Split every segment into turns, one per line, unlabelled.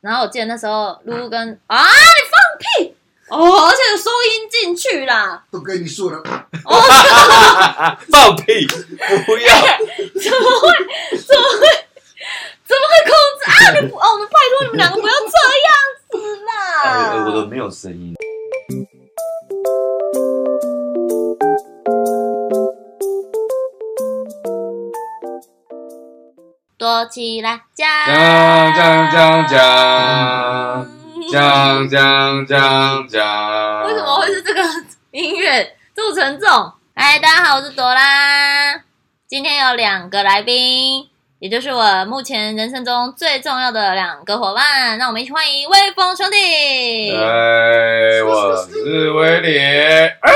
然后我记得那时候露露跟啊，你放屁哦，而且有收音进去啦，
都跟你说 了，
哦，
放屁！不要，
怎么会？怎么会？怎么会控制啊？你不哦，拜托你们两个不要这样子
哎哎
啦！
我的没有声音。
躲起来，加
锵锵锵锵锵锵锵锵！
为什么会是这个音乐这么沉重？嗨，哎大家好，我是朵拉。今天有两个来宾，也就是我目前人生中最重要的两个伙伴，让我们一起欢迎威风兄弟。
哎，我是威廉。哎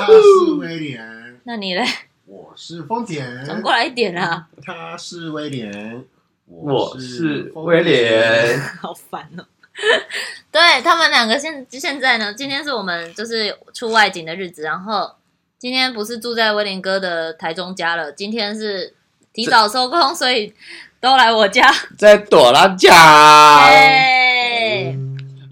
他是威廉，
那你嘞，
我是丰田，
转过来一点啊，
他是威廉，
我是
丰
威廉。
好烦哦。对他们两个现现在呢，今天是我们就是出外景的日子，然后今天不是住在威廉哥的台中家了，今天是提早收工，所以都来我家。
在朵拉家，
哎，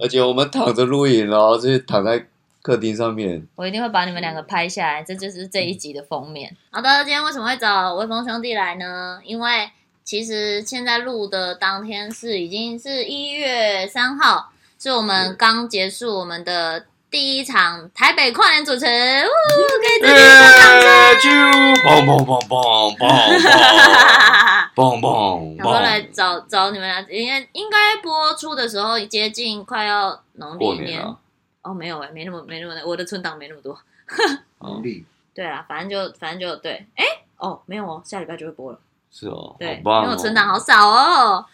而且我们躺着录影哦，就是躺在客厅上面。
我一定会把你们两个拍下来，这就是这一集的封面。嗯好的，今天为什么会找威风兄弟来呢？因为其实现在录的当天是已经是一月三号，是我们刚结束我们的第一场台北跨年主持，呜，可以自己分享
耶！就砰哎砰砰砰砰砰砰
想说来
砰！
找找你们俩，因为应该播出的时候接近快要农
过
历
年了，
哦，没有哎、没那么没那么，我的存档没那么多。
努力，
对啦，反正就反正就对，哎、哦，没有哦，下礼拜就会播了。
是哦，
对，
好棒
因为我
哦！
存档好少哦。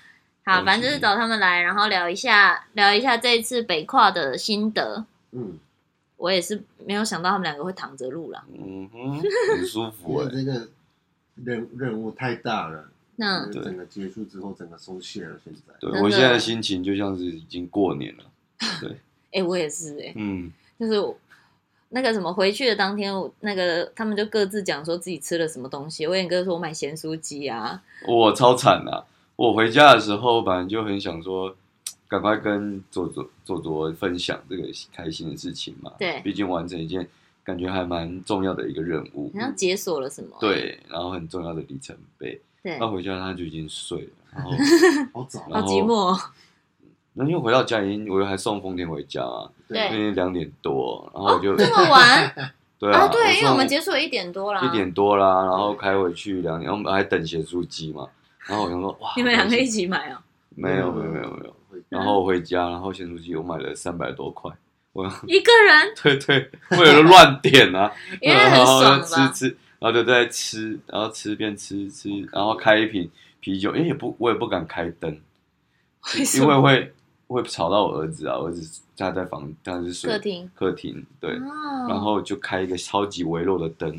好，
恭喜
反正就是找他们来，然后聊一下聊一下这一次北跨的心得。
嗯，
我也是没有想到他们两个会躺着录啦。
嗯哼，很舒
因
服
为
哎。
这个任任务太大了，
那
对
整个结束之后，整个松懈了，现在。
对
真的
我现在的心情就像是已经过年了。
哎、我也是哎、
嗯，
就是我那个什么回去的当天，我那个他们就各自讲说自己吃了什么东西。我演哥说我买咸酥鸡啊，
我超惨的、啊我回家的时候，本来就很想说，赶快跟左左左左分享这个开心的事情嘛。
对
毕竟完成一件感觉还蛮重要的一个任务
好。像解锁了什么。
对，然后很重要的里程碑。
对，
那
好
回家他就已经睡了，然后。
嗯
好早啊
然后
寂寞哦。
那因为回到家已经，我还送丰田回家嘛，
对
那天两点多，然后我就、
这么晚
对啊，
啊？对，因为我们结
束
束了一点多啦。
一点多啦，然后开回去两点，我们还等写书机嘛，然后我就说哇，
你们两个一
起
起嗯买哦、
没有没有没有没有，
有，
然后我回家，然后写书机我买了三百 多块，我
一个人，
对对，我有的乱点啊，
因为很爽
然后
吧
吃？吃，然后就在吃，然后吃边吃吃，然后开一瓶啤酒，因为也不我也不敢开灯，
为什
因为
么
会会吵到我儿子啊，我儿子他在房他是 睡
客厅，
客厅，对，
哦
然后就开一个超级微弱的灯，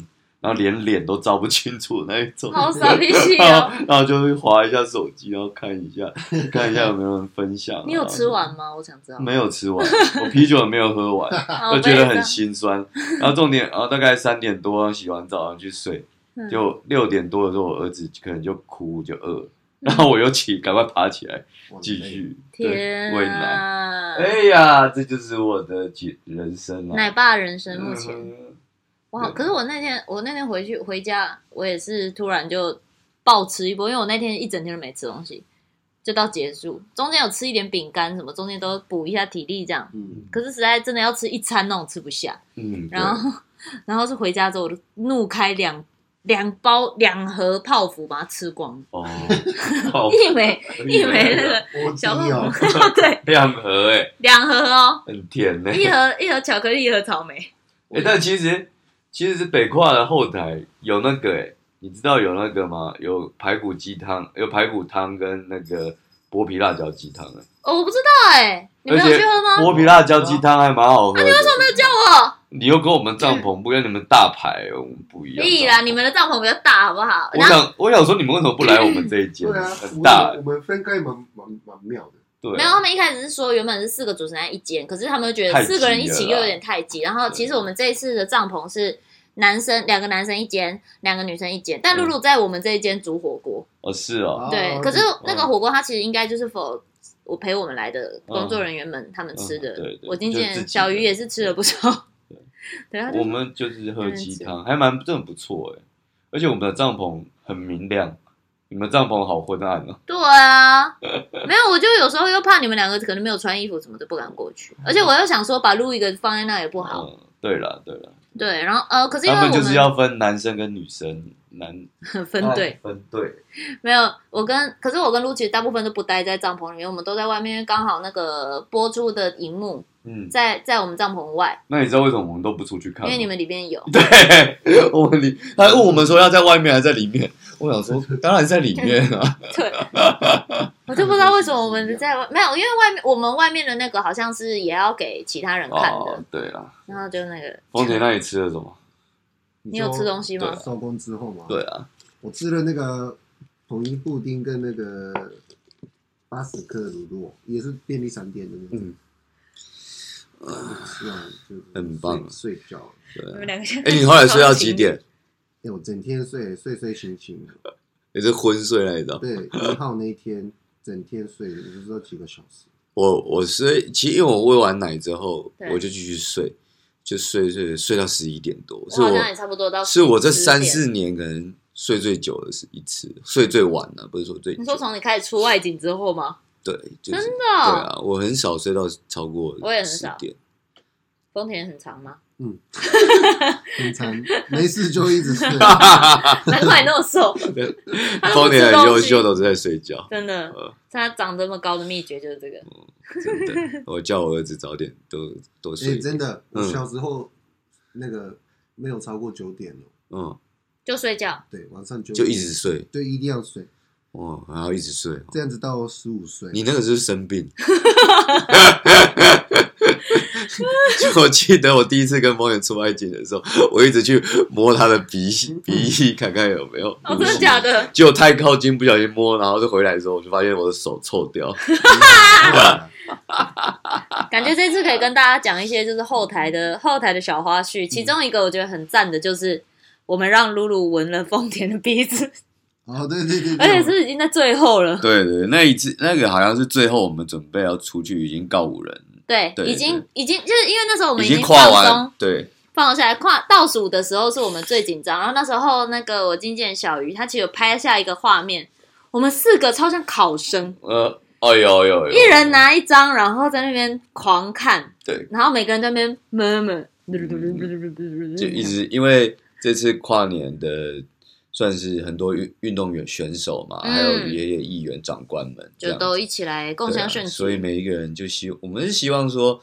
然后连脸都照不清楚那一种，
好傻逼 气
然后
哦！
然后就会划一下手机，然后看一 下看一下有没有人分享啊。
你有吃完吗？哦我想知道。
没有 吃完，我啤酒也没有喝完，
好
我觉得
悲
很
伤
心酸。然后重点，然后大概三点多洗完澡然后去睡，
嗯
就六点多的时候，我儿子可能就哭就饿了，然后我又起，赶快爬起来
哇
继，续对
天
喂奶。
啊！
哎呀，这就是我的解人生
奶
啊！
爸人生目前
嗯
哇，
对
可是我那天我那天回去回家，我也是突然就暴吃一波，因为我那天一整天都没吃东西，就到结束，中间有吃一点饼干什么，中间都补一下体力这样。
嗯，
可是实在真的要吃一餐那种吃不下，
嗯，对
然后 然后是回家之后我就怒开两两包两盒泡芙把它吃光，
哦，好
一枚一枚那个
我
小
朋
啊
友
泡，芙， 对，
两盒哎，
两盒 哦，
很甜呢。
一盒一盒巧克力，一盒草莓。
哎，但其实其实北跨的后台有那个哎，你知道有那个吗？有排骨鸡汤，有排骨汤跟那个剥皮辣椒鸡汤哎，
哦，我不知道哎、你们有
而且
去喝吗？
剥皮辣椒鸡汤还蛮好喝
啊
的。
叫我
你又跟我们帐篷不一样，你们大牌，我们不一样。
可以啦，你们的帐篷比较大，好不好？
我
然后
想，我想说，你们为什么不来我们这一间？
对啊，
很
我
大
们，我们分开蛮蛮蛮妙的，
对
没有，他们一开始是说原本是四个主持人在一间，可是他们又觉
太
得
挤
四个人一起
了
又
啦
有点太挤。然后
对
其实我们这一次的帐篷是男生两个男生一间，两个女生一间，但露露在我们这一间煮火锅。
哦，是
哦
哦，
对，
哦
可是
嗯
那个火锅它其实应该就是否我陪我们来的工作人员们他们吃的
嗯对对，
我经纪
就自己
人
的
小鱼也是吃了不少。 对啊，
我们就是喝鸡汤，还蛮真的不错哎、而且我们的帐篷很明亮，你们帐篷好昏暗哦、
对啊，没有，我就有时候又怕你们两个可能没有穿衣服什么的，不敢过去。而且我又想说，把录一个放在那也不好。
嗯，对了对了，
对，然后呃，可是因为
他
我
们就是要分男生跟女生，男
很分队，
啊分队，
没有，我跟可是我跟 l u 其实大部分都不待在帐篷里面，我们都在外面，因为刚好那个播出的荧幕
嗯，
在在我们帐篷外，
那你知道为什么我们都不出去看
因
吗？
为你们里面有。
对，我们里他问我们说要在外面还是在里面，我想说当然在里面啊，
对，我就不知道为什么我们在外没有，因为外面我们外面的那个好像是也要给其他人 看的，
哦，对啦，
然后就那个
丰田那里吃了什么？
你
你有吃东西吗？
收工之后吗？
对，啊，
我吃了那个统一布丁跟那个巴斯克乳酪，也是便利商店的那种。
嗯，
吃完就
很棒啊
睡睡觉。
对
你
啊。
们两个现在
哎、你后来睡到 几？点？
哎，我整天睡，睡睡醒醒的。
你是昏睡那 一种？
对，一号那一天整天睡，也不知道几个小时。
我我睡，其实因为我喂完奶之后，
对
我就继续睡，就睡睡睡到十一点多，
我
是
好像也
我
差不多到
是我这
10
三
点
四年可能睡最久的是一次，睡最晚了，不是说最久
你说从你开始出外景之后吗？
对，就
真
是对
的哦、
啊，我很少睡到超过
我也很
10
少
点，
丰田很长吗？
平 常没事就一直睡，
难怪你那么瘦， 他都不
丰
吃
年很优
东西
秀，都是在睡觉，
真 的
呃。
他长这么高的秘诀就是这
嗯
个，
真的。我叫我儿子早点多多
哎，
睡，
真的，我
嗯
小时候那个没有超过九点哦，
嗯，
就睡 觉。
对，晚上九
就一直睡，
就一定要睡，
哦，然后一直睡。
这样子到十五岁。
你那个是不是 生病。 就我记得我第一次跟猫眼出外景的时候，我一直去摸他的 鼻鼻翼，看看有没有
哦，
呼
真
吸
的假的？
结果太靠近，不小心摸，然后就回来的时候，我就发现我的手臭 掉。 嗯
感觉这次可以跟大家讲一些就是后台的后台的小花絮，其中一个我觉得很赞的就是。我们让露露闻了丰田的鼻子，
哦，对对对，对
而
嗯
且是已经在最后 了。
对对，那一次那个好像是最后我们准备要出去，已经告五人，
对，
对
已经已经就是因为那时候我们
经
放
跨
松
完，对，
放松下来，跨倒数的时候是我们最紧张。然后那时候那个我经纪人小鱼，他其实有拍下一个画面，我们四个超像考生，
呃，哦有有有，
一人拿一张，然后在那边狂看，
对，
然后每个人在那边闷闷，
就一直因为这次跨年的算是很多运运动员选手嘛，
嗯
还有爷爷议员长官们，这
就
样子
都一起来共
对
襄
啊
盛举。
所以每一个人就希我们是希望说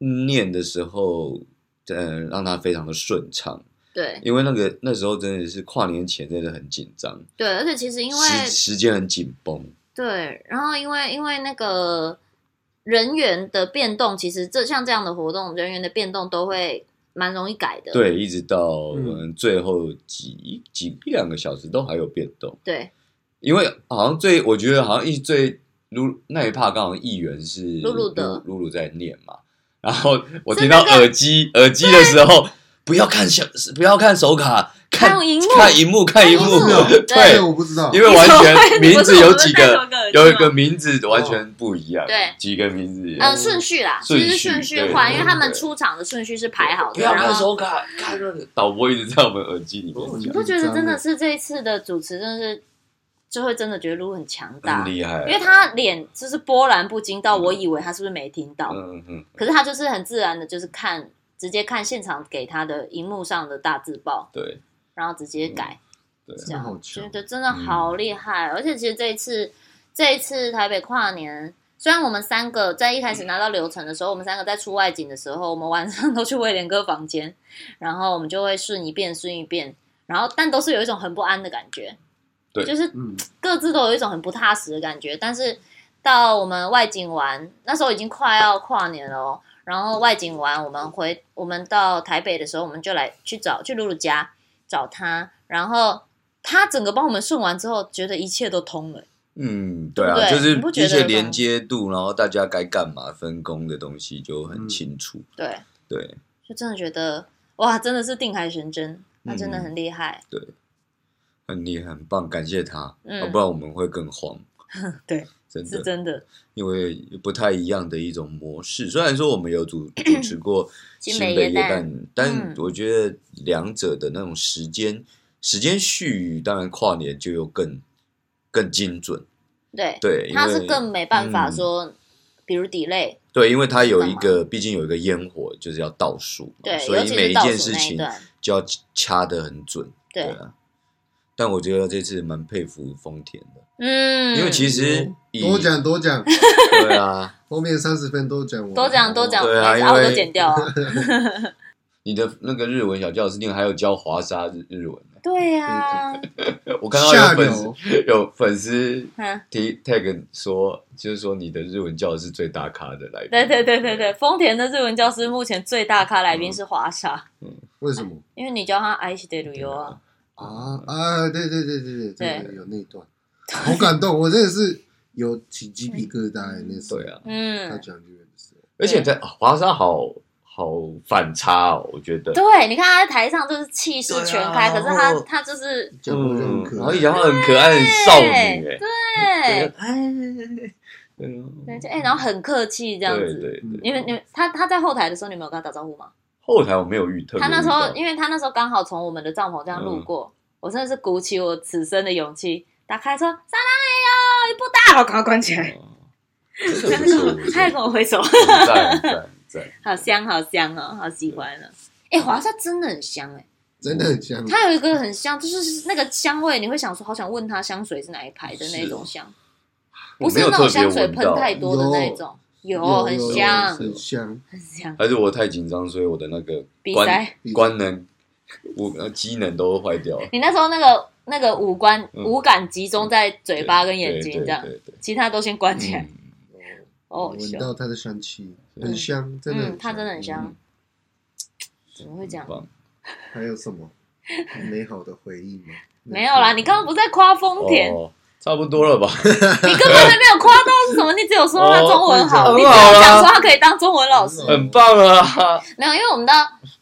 嗯念的时候，呃，让它非常的顺畅，
对
因为那个那时候真的是跨年前真的很紧张，
对，而且其实因为
时时间很紧绷，
对，然后因为因为那个人员的变动，其实这像这样的活动，人员的变动都会蛮容易改的。
对，一直到
嗯
可能最后几几一两个小时都还有变动。
对，
因为好像最我觉得好像一最露那一趴刚好议员是
露露的
露露在念嘛，然后我
是
听到
那个
耳机耳机的时候，不要看小不要看手卡，看
看荧幕
看荧幕看荧
荧
幕
幕，
这个
对，
我不知道，
哎因为完全
你
名
不是
字
我
有
们
几
戴
个
同耳机
有一个
吗哦
名字完全不一样，
对
几个名字，
呃顺序啦，其
顺
实是
序
顺序
对
换，
对
因为他们
对
出场的顺序是排好
不
的。
要
然
看
后嗯
手卡，看那个导播一直在我们耳机里面
你
讲，
不觉得真的是这一次的主持真的是就会真的觉得露露很强大
很，厉害，
因为他脸就是波澜不惊到我以为他是不是没听到，
嗯嗯嗯，
可是他就是很自然的，就是看直接看现场给他的荧幕上的大字报，
对
然后直接改，
嗯对，
这
嗯
真的好
样
强
觉得真的好厉害。哦而且其实这一次这一次台北跨年。虽然我们三个在一开
嗯
始拿到流程的时候，我们三个在出外景的时候，我们晚上 都去威廉哥房间，然后我们就会顺一遍顺一遍，然后但都是有一种很不安的感觉，
对
就是
嗯，
各自都有一种很不踏实的感觉。但是到我们外景完，那时候已经快要跨年了哦。然后外景完，我们回我们到台北的时候，我们就来去找去露露家找他，然后他整个帮我们顺完之后，觉得一切都通了。
嗯，对
对
啊，
不对
就是
你不觉
一
得
些
吗
连接度，然后大家该干嘛分工的东西就很清楚。
对，
对，
就真的觉得哇，真的是定海神针，他真的很厉害。
很厉害，很棒，感谢他，
嗯
啊不然我们会更慌。
对，
真
是
的，
真的。
因为不太一样的一种模式。虽然说我们 有主主持过
新
新
北
北
耶
耶
诞
诞，
嗯
但我觉得两者的那种时间时间序，当然跨年就又更更精准。
对，
对，因
他
为
是更没办法
嗯
说，比如 delay，
对，因为它有一
干
个，毕竟有一个烟火，就是要倒数嘛，
对，
哦所
尤
以
其
每
是
一
倒
件
数
事
那一
情
段，
就要掐得很准。
对
啊，但我觉得这次蛮佩服丰田的，
嗯，
因为其实
嗯
以
多讲多讲，
对啊，
后面三十分都讲我，
多讲多讲，
对啊
没事
因
啊，我
为
都剪掉啊。
你的那个日文小教师令还有教华沙日日文，
对呀，
我看到
下
有粉丝
流，
有粉丝
嗯，
提 tag 说，就是说你的日文教师是最大咖的来 宾，
对对对对对，丰田的日文教师目前最大咖来宾是华沙，
为什么
因为你教他爱惜的旅游啊，
啊啊？对对对对对，
对
对有那一段，好感动，我真的是有起鸡皮疙瘩的那时候
对，啊，
他
嗯，
讲这个的时候，
而且在哦华沙好好反差哦，我觉得，
对，你看他在台上就是气势
对啊
全开，可是他
然后
他就是
讲话就很
嗯然
可
后
爱，
讲话很可爱，很少女哎，
对，
哎，对啊
对就哎，然后很客气这样
对
子。
对对，
你们你们他他在后台的时候，你们有跟他打招呼吗？
后台我没有遇特别遇到，嗯
他那时候，因为他那时候刚好从我们的帐篷这样路过，我真的是鼓起我此生的勇气，打开说“撒拉雷哟”，不打，把我赶快关起来。
真
他还
的
跟
不错
我
不错
他还跟我挥手，
很赞很赞很赞，
好香，好香哦，好喜欢哦。哎、华沙真的很香哎、
真的很
嗯
像，
它有一个很香，就是那个香味，你会想说好想问他香水是哪一排的那种香， 不
我没
是
有
那
特
种
别
香水
闻
喷
到，
太多的那种，有
有
很
有
香，
很香，
很香。
还是我太紧张，所以我的那个
鼻
官
塞，
官能，我呃机能都坏掉了，
你那时候那个那个五官、
嗯
五感集中在嘴巴跟眼
对
睛
对
这样，
对对，
其他都先关起来。
嗯
哦，
闻
香
到它的香气，
嗯
很香，真的
嗯，
很，
它真的很香
嗯。
怎么会这样？
棒
还有什么美好的回忆吗？
没有啦，你刚刚不是在夸丰田，
哦，差不多了吧？
你根本还没有夸到是什么，你只有说他中文好，
哦
你只有讲说他可以当中文老师。
嗯
很棒啊！
没有，因为我们到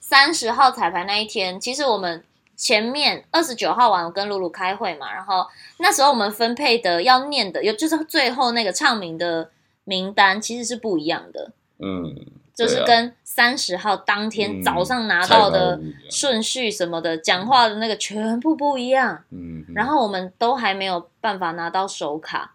三十号彩排那一天，其实我们前面二十九号晚我跟露露开会嘛，然后那时候我们分配的要念的，有就是最后那个唱名的名单其实是不一样的，
嗯，
就是
对啊
跟三十号当天
嗯
早上拿
彩
到
排
的
不一样
顺序什么的，讲话的那个全部不一样。
嗯，嗯
然后我们都还没有办法拿到手卡，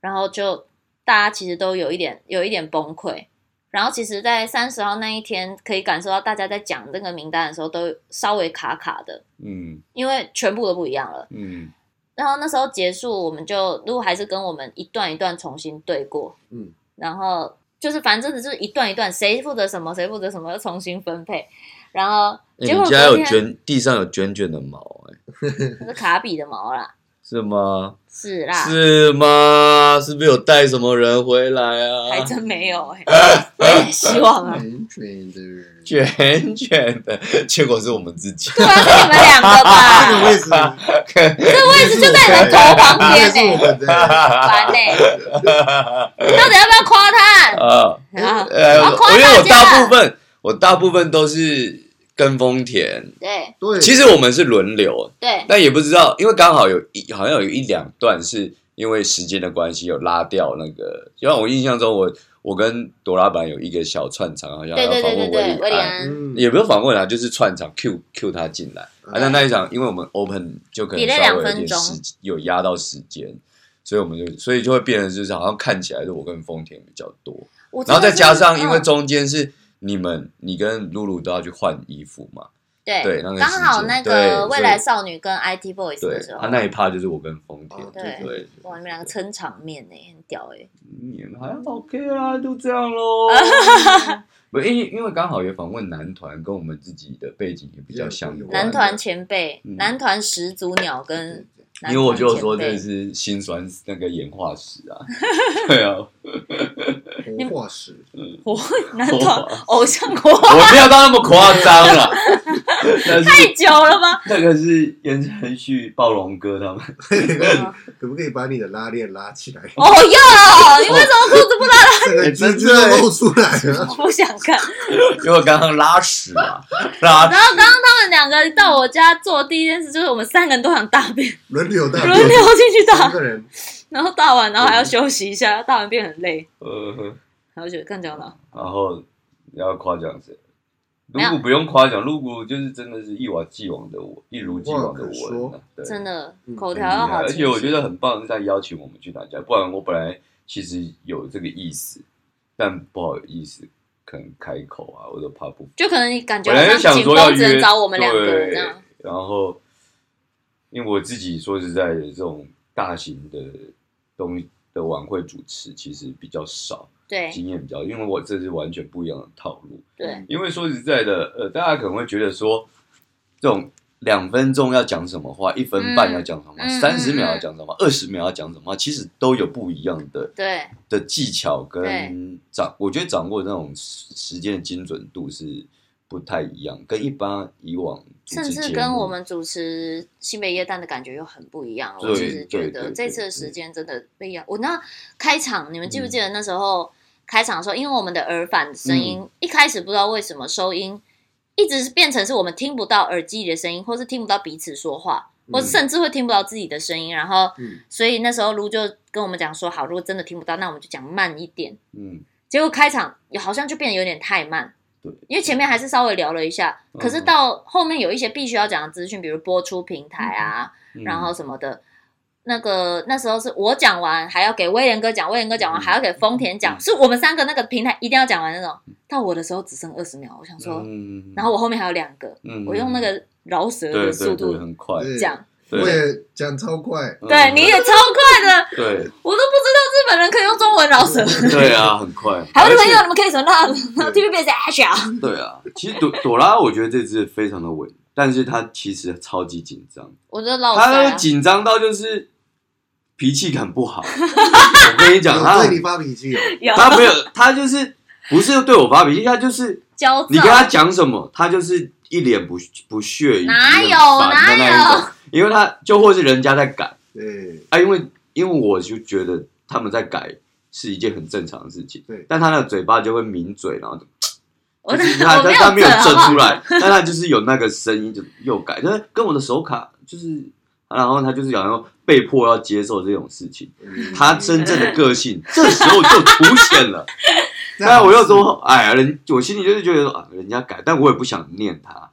然后就大家其实都有一点有一点崩溃。然后其实，在三十号那一天，可以感受到大家在讲那个名单的时候都稍微卡卡的，
嗯
因为全部都不一样了。
嗯，
然后那时候结束，我们就如果还是跟我们一段一段重新对过，
嗯，
然后就是反正就是一段一段，谁负责什么，谁负责什么，要重新分配。然后
欸
结果
你家
隔
有
天
卷地上有卷卷的毛，哎，
那是卡比的毛啦，
是吗？
是啦，
是吗？是不是有带什么人回来啊？
还真没有哎、 我也很 希望啊。
完全的。
卷卷的，结果是我们自 己。
对啊，是你们两个
这个
吧？
位置，
这位置就在你们头旁边
这个
呢、
是我们的，
烦呢、到底要不要夸他？
啊，
啊，
呃，
好夸
我因为我
大家
大部分我大部分都是跟风田，
对
对，
其实我们是轮流，
对
但也不知道，因为刚好有一好像有一两段是因为时间的关系有拉掉那个，因为我印象中我我跟朵拉版有一个小串场，好像
对
要
对对
访
对
问
对，
维
威
里
廉
安。
安
嗯，
也不是访问啦，就是串场 Q Q 他进来。啊，
嗯
那那一场，因为我们 open 就可能
Delay
稍微有
两分
点
钟
时有压到时间，所以我们就所以就会变成就是好像看起来是我跟丰田比较多，
我真
然
的
后再加上
是嗯
因为中间是你们你跟露露都要去换衣服嘛，
嗯对
对那个时间
刚好那
对
个
所以
未来少女跟 IT Boys
对
的时，候
他，那一趴就是我跟丰田
哦，
对
对，
哇，你们两个撑场面呢、很屌哎、
也还 OK 啦，就这样喽。 不，因为因为刚好也访问男团，跟我们自己的背景也比较相关。
男团前辈，
嗯
男团始祖鸟跟男团
因为我就说
前辈
这是心酸那个演化史啊，对啊，
活化石，
我 男团偶像国
我没有到那么夸张啦，但是
太久了 吧？
那个是言承旭、暴龙哥他们，
可不可以把你的拉链拉起来？
哦哟，你为什么裤子不拉？
这个机制都露出来了，
我不想看。
因为刚刚拉屎啊，拉
然后刚刚他们两个到我家做的第一件事，就是我们三个人都想大便，
轮流大
轮流进去
三
嗯
大。
个人，
然后大完，然后还要休息一下，大完变很累，
呃，
然后觉得干胶囊。
然后要夸奖谁？
没有
露骨不用夸奖，露骨就是真的是一瓦既往的我，一如既往的
无话可
我
说
啊，对，
真的
嗯
口
很
条
厉
要
害
好
而
清晰，
且我觉得很棒，是他邀请我们去他家，不然我本来其实有这个意思，但不好意思，可能开口啊，我都怕不
就可能你感觉
本来
好
就
像
想
紧
说要
绷只
约，
能找我们两个人
对
这样，
然后，因为我自己说实在的，这种大型的东西的晚会主持其实比较少，
对
经验比较，因为我这是完全不一样的套路。
对，
因为说实在的，呃，大家可能会觉得说，这种两分钟要讲什么话，一分半要讲什么话
嗯嗯，
三十、秒要讲什么话，二十秒要讲什么话，其实都有不一样的
对
的技巧跟
对
掌，我觉得掌握那种时时间的精准度是不太一样，跟一般以往主
甚
持
至
节
跟
目
我们主持新北夜蛋的感觉又很不一样。
对
我其实觉
对
得
对
这次的
对嗯
时间真的不一样。我那开场，你们记不记得那时候开场的时候，因为我们的耳返声音
嗯
一开始不知道为什么收音一直是变成是我们听不到耳机里的声音，或是听不到彼此说话，或
嗯
甚至会听不到自己的声音。然后，
嗯，
所以那时候卢就跟我们讲说，好，如果真的听不到，那我们就讲慢一点。
嗯，
结果开场也好像就变得有点太慢，
对，
因为前面还是稍微聊了一下，
嗯
可是到后面有一些必须要讲的资讯，比如播出平台啊，
嗯
然后什么的。那个那时候是我讲完，还要给威廉哥讲，威廉哥讲完
嗯
还要给丰田讲，
嗯
是我们三个那个平台一定要讲完那种。到我的时候只剩二十秒，我想说，
嗯
然后我后面还有两个，
嗯
我用那个饶舌的
对对
速
对
度
很嗯快，
对
讲，
我
对
也讲超快，
嗯
对，你也超快的，
对
我都不知道日本人可以用中文饶舌，
对啊，很快，
还有
而
朋
且
友你们可以什么那 TVB 是 Ash 啊，
对啊，其实朵朵拉，我觉得这只非常的稳，但是她其实超级紧张，
我就老塞
她
啊。
紧张到就是脾气很不 好。我跟你讲，她
我对你发脾气哦，
有
她没有，她就是不是对我发脾气，她就是
焦躁，
你跟她讲什么，她就是一脸不不屑，
哪有
的那一种，因为她就或是人家在改
对，
啊，因为因为我就觉得他们在改是一件很正常的事情，
对
但她的嘴巴就会抿嘴，然后
我
就是他
我
他
哦没
他没有
整
震
好不
出
好
来， 但他就是有那个声音就又改，就是跟我的手卡就是，然后他就是想要被迫要接受这种事情，
嗯
他真正的个性这时候就凸 显了。
这样
但我又说，哎呀，人我心里就是觉得说啊，人家改，但我也不想念他，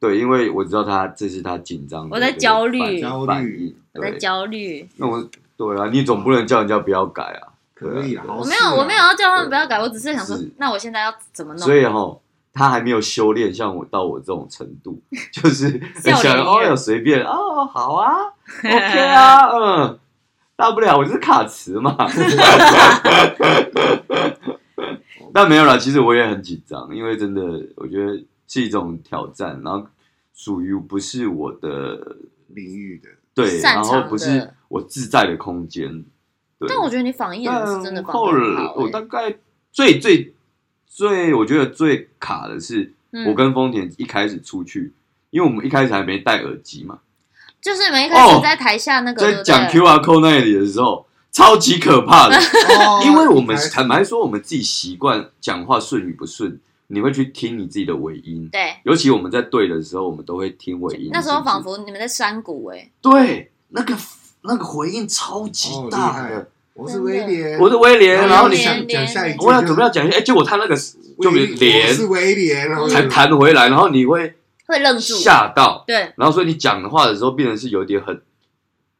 对，因为我知道他这是他紧张的
我在
这个
焦虑
反
焦虑
反应
我在
对，
焦虑。
那我对啊，你总不能叫人家不要改啊，
可以啦，
对啊
好
我
事
没
啊
有，我没有，要叫他们不要改，我只是想说
是，
那我现在要怎么弄
所？以哈、他还没有修炼像我到我这种程 度，就是
笑脸
想
人
哦要随便哦好 啊，OK 啊，嗯，大不了我就是卡词嘛。 但没有啦，其实我也很紧张，因为真的我觉得是一种挑战，然后属于不是我的
领域的，
对，
擅
然
长的
后不是我自在的空间。对
但我觉得你防疫人是真的
但
防
嗯后
得
来
好
我
欸
大概最最最，我觉得最卡的是，
嗯
我跟丰田一开始出去，因为我们一开始还没戴耳机嘛，
就是你们一开始
哦
在台下那个对
在
不
讲
对
QR code 那里的时候，超级可怕 的，
哦
因为我们
还
坦白说，我们自己习惯讲话顺与不顺，你会去听你自己的尾音，
对，
尤其我们在对的时候，我们都会听尾音，
那时候
是不是
仿佛你们在山谷哎，
对那个那个回应超级
哦
大
厉害
的，
我是威廉，
我是威廉，
然
然
后
后你
威廉
想讲下一句，
我要准备要讲一下，哎，结果他那个就
威
连
我是威廉，然后
才弹回来，然后你会
会嗯愣住，
吓到，
对，
然后所以你讲的话的时候，变成是有点很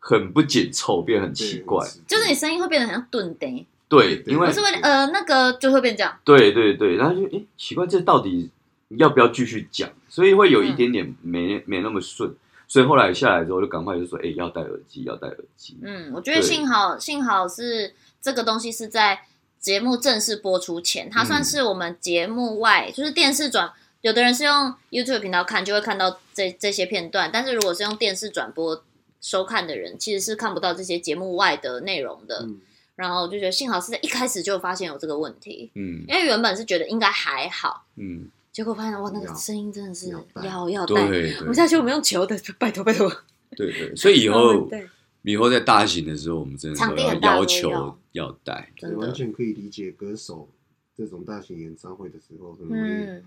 很不紧凑，变得很奇怪。
就是你声音会变得很像顿呆，
对，
对
因为
不是为了呃那个就会变这样，
对对对，然后就诶奇怪，这到底要不要继续讲？所以会有一
嗯
点点没、没那么顺。所以后来下来之后，就赶快就说，哎、要戴耳机，要戴耳机。
嗯，我觉得
对
幸好幸好是这个东西是在节目正式播出前，它
嗯
算是我们节目外，就是电视转。有的人是用 YouTube 频道看，就会看到这这些片段，但是如果是用电视转播收看的人，其实是看不到这些节目外的内容的。
嗯
然后我就觉得幸好是在一开始就发现有这个问题，
嗯
因为原本是觉得应该还好，
嗯，
结果发现哇，那个
要
声音真的是
要带
要要带。
对
我们
对
下去我们用球的，拜托拜托。
对对，所以以后
对，
以后在大型的时候，我们真的
场地
要
很大
要
我也要
求要带，
对
真
完
的，
全可以理解歌手这种大型演唱会的时候，很容易
嗯，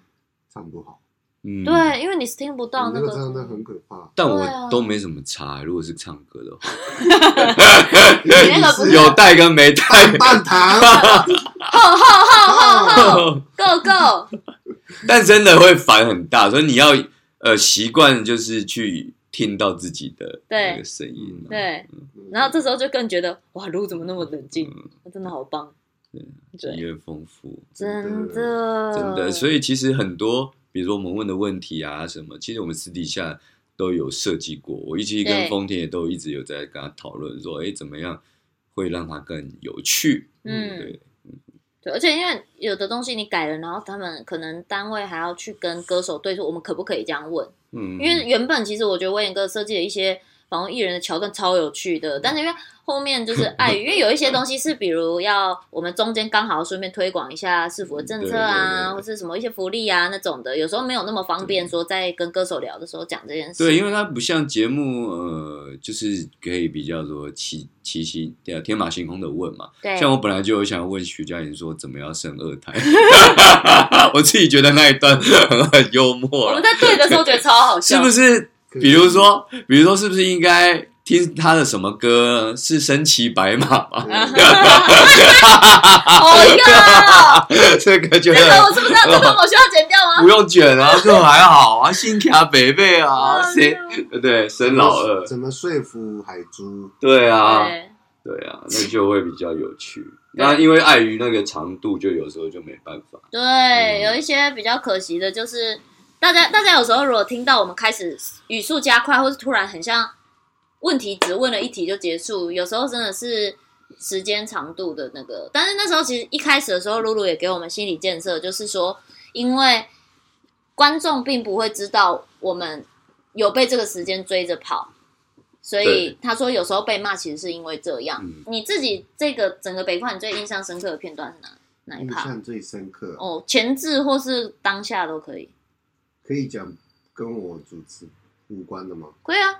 唱不好，
嗯，。
对，因为你是听不到
那
那
个真
个，
的很可怕。
但
对啊
我都没什么差，如果是唱歌的话，
你那个不是
有带跟没带，
半糖，
吼吼 吼吼吼，Go Go，
但真的会烦很大，所以你要呃习惯就是去听到自己的
对
那个声音、啊，
对， 然后这时候就更觉得哇，路怎么那么冷静，真的好棒，
音
嗯对，呃
乐丰富，
真
真
的，
真的。所以其实很多，比如说我们问的问题啊什么，其实我们私底下都有设计过。我一
对
直跟丰田也都一直有在跟他讨论说，哎，怎么样会让它更有趣？
嗯
对，
对，而且因为有的东西你改了，然后他们可能单位还要去跟歌手对说，我们可不可以这样问？
嗯，
因为原本其实我觉得威廉哥设计的一些访问艺人的桥段超有趣的，但是因为后面 就是碍于，因为有一些东西是比如要我们中间刚好顺便推广一下市府的政策啊，
对对对对
或是什么一些福利啊那种的，有时候没有那么方便说在跟歌手聊的时候讲这件事。
对，因为它不像节目，呃，就是可以比较说奇奇奇对啊天马行空的问嘛。
对
像我本来就有想要问徐佳莹说怎么样生二胎， 我自己觉得那一段很很幽
我
默
们
啦，
在对的时候觉得超好笑，
是 不是？
可以
比如说，比如说，是不是应该听他的什么歌？是《身骑白马》吗？
哦哟，
这个觉
这个
得
我知不知道？ 这个我需要剪掉吗？
不用卷啊，就还好啊，新卡北 北啊，
哎
谁
呦
对生老二，
怎么说服海珠？
对啊，
对
对啊，那就会比较有趣。那因为碍于那个长度，就有时候就没办法。
对，有一些比较可惜的就是，大家大家有时候如果听到我们开始语速加快，或是突然很像问题只问了一题就结束，有时候真的是时间长度的那个。但是那时候其实一开始的时候，露露也给我们心理建设，就是说，因为观众并不会知道我们有被这个时间追着跑。所以
对
他说，有时候被骂其实是因为这样。
嗯
你自己这个整个北跨，你最印象深刻的片段是哪哪一
印
趴？
象最深刻，
哦，前置或是当下都可以，
可以讲跟我主持无关的吗？
可以啊。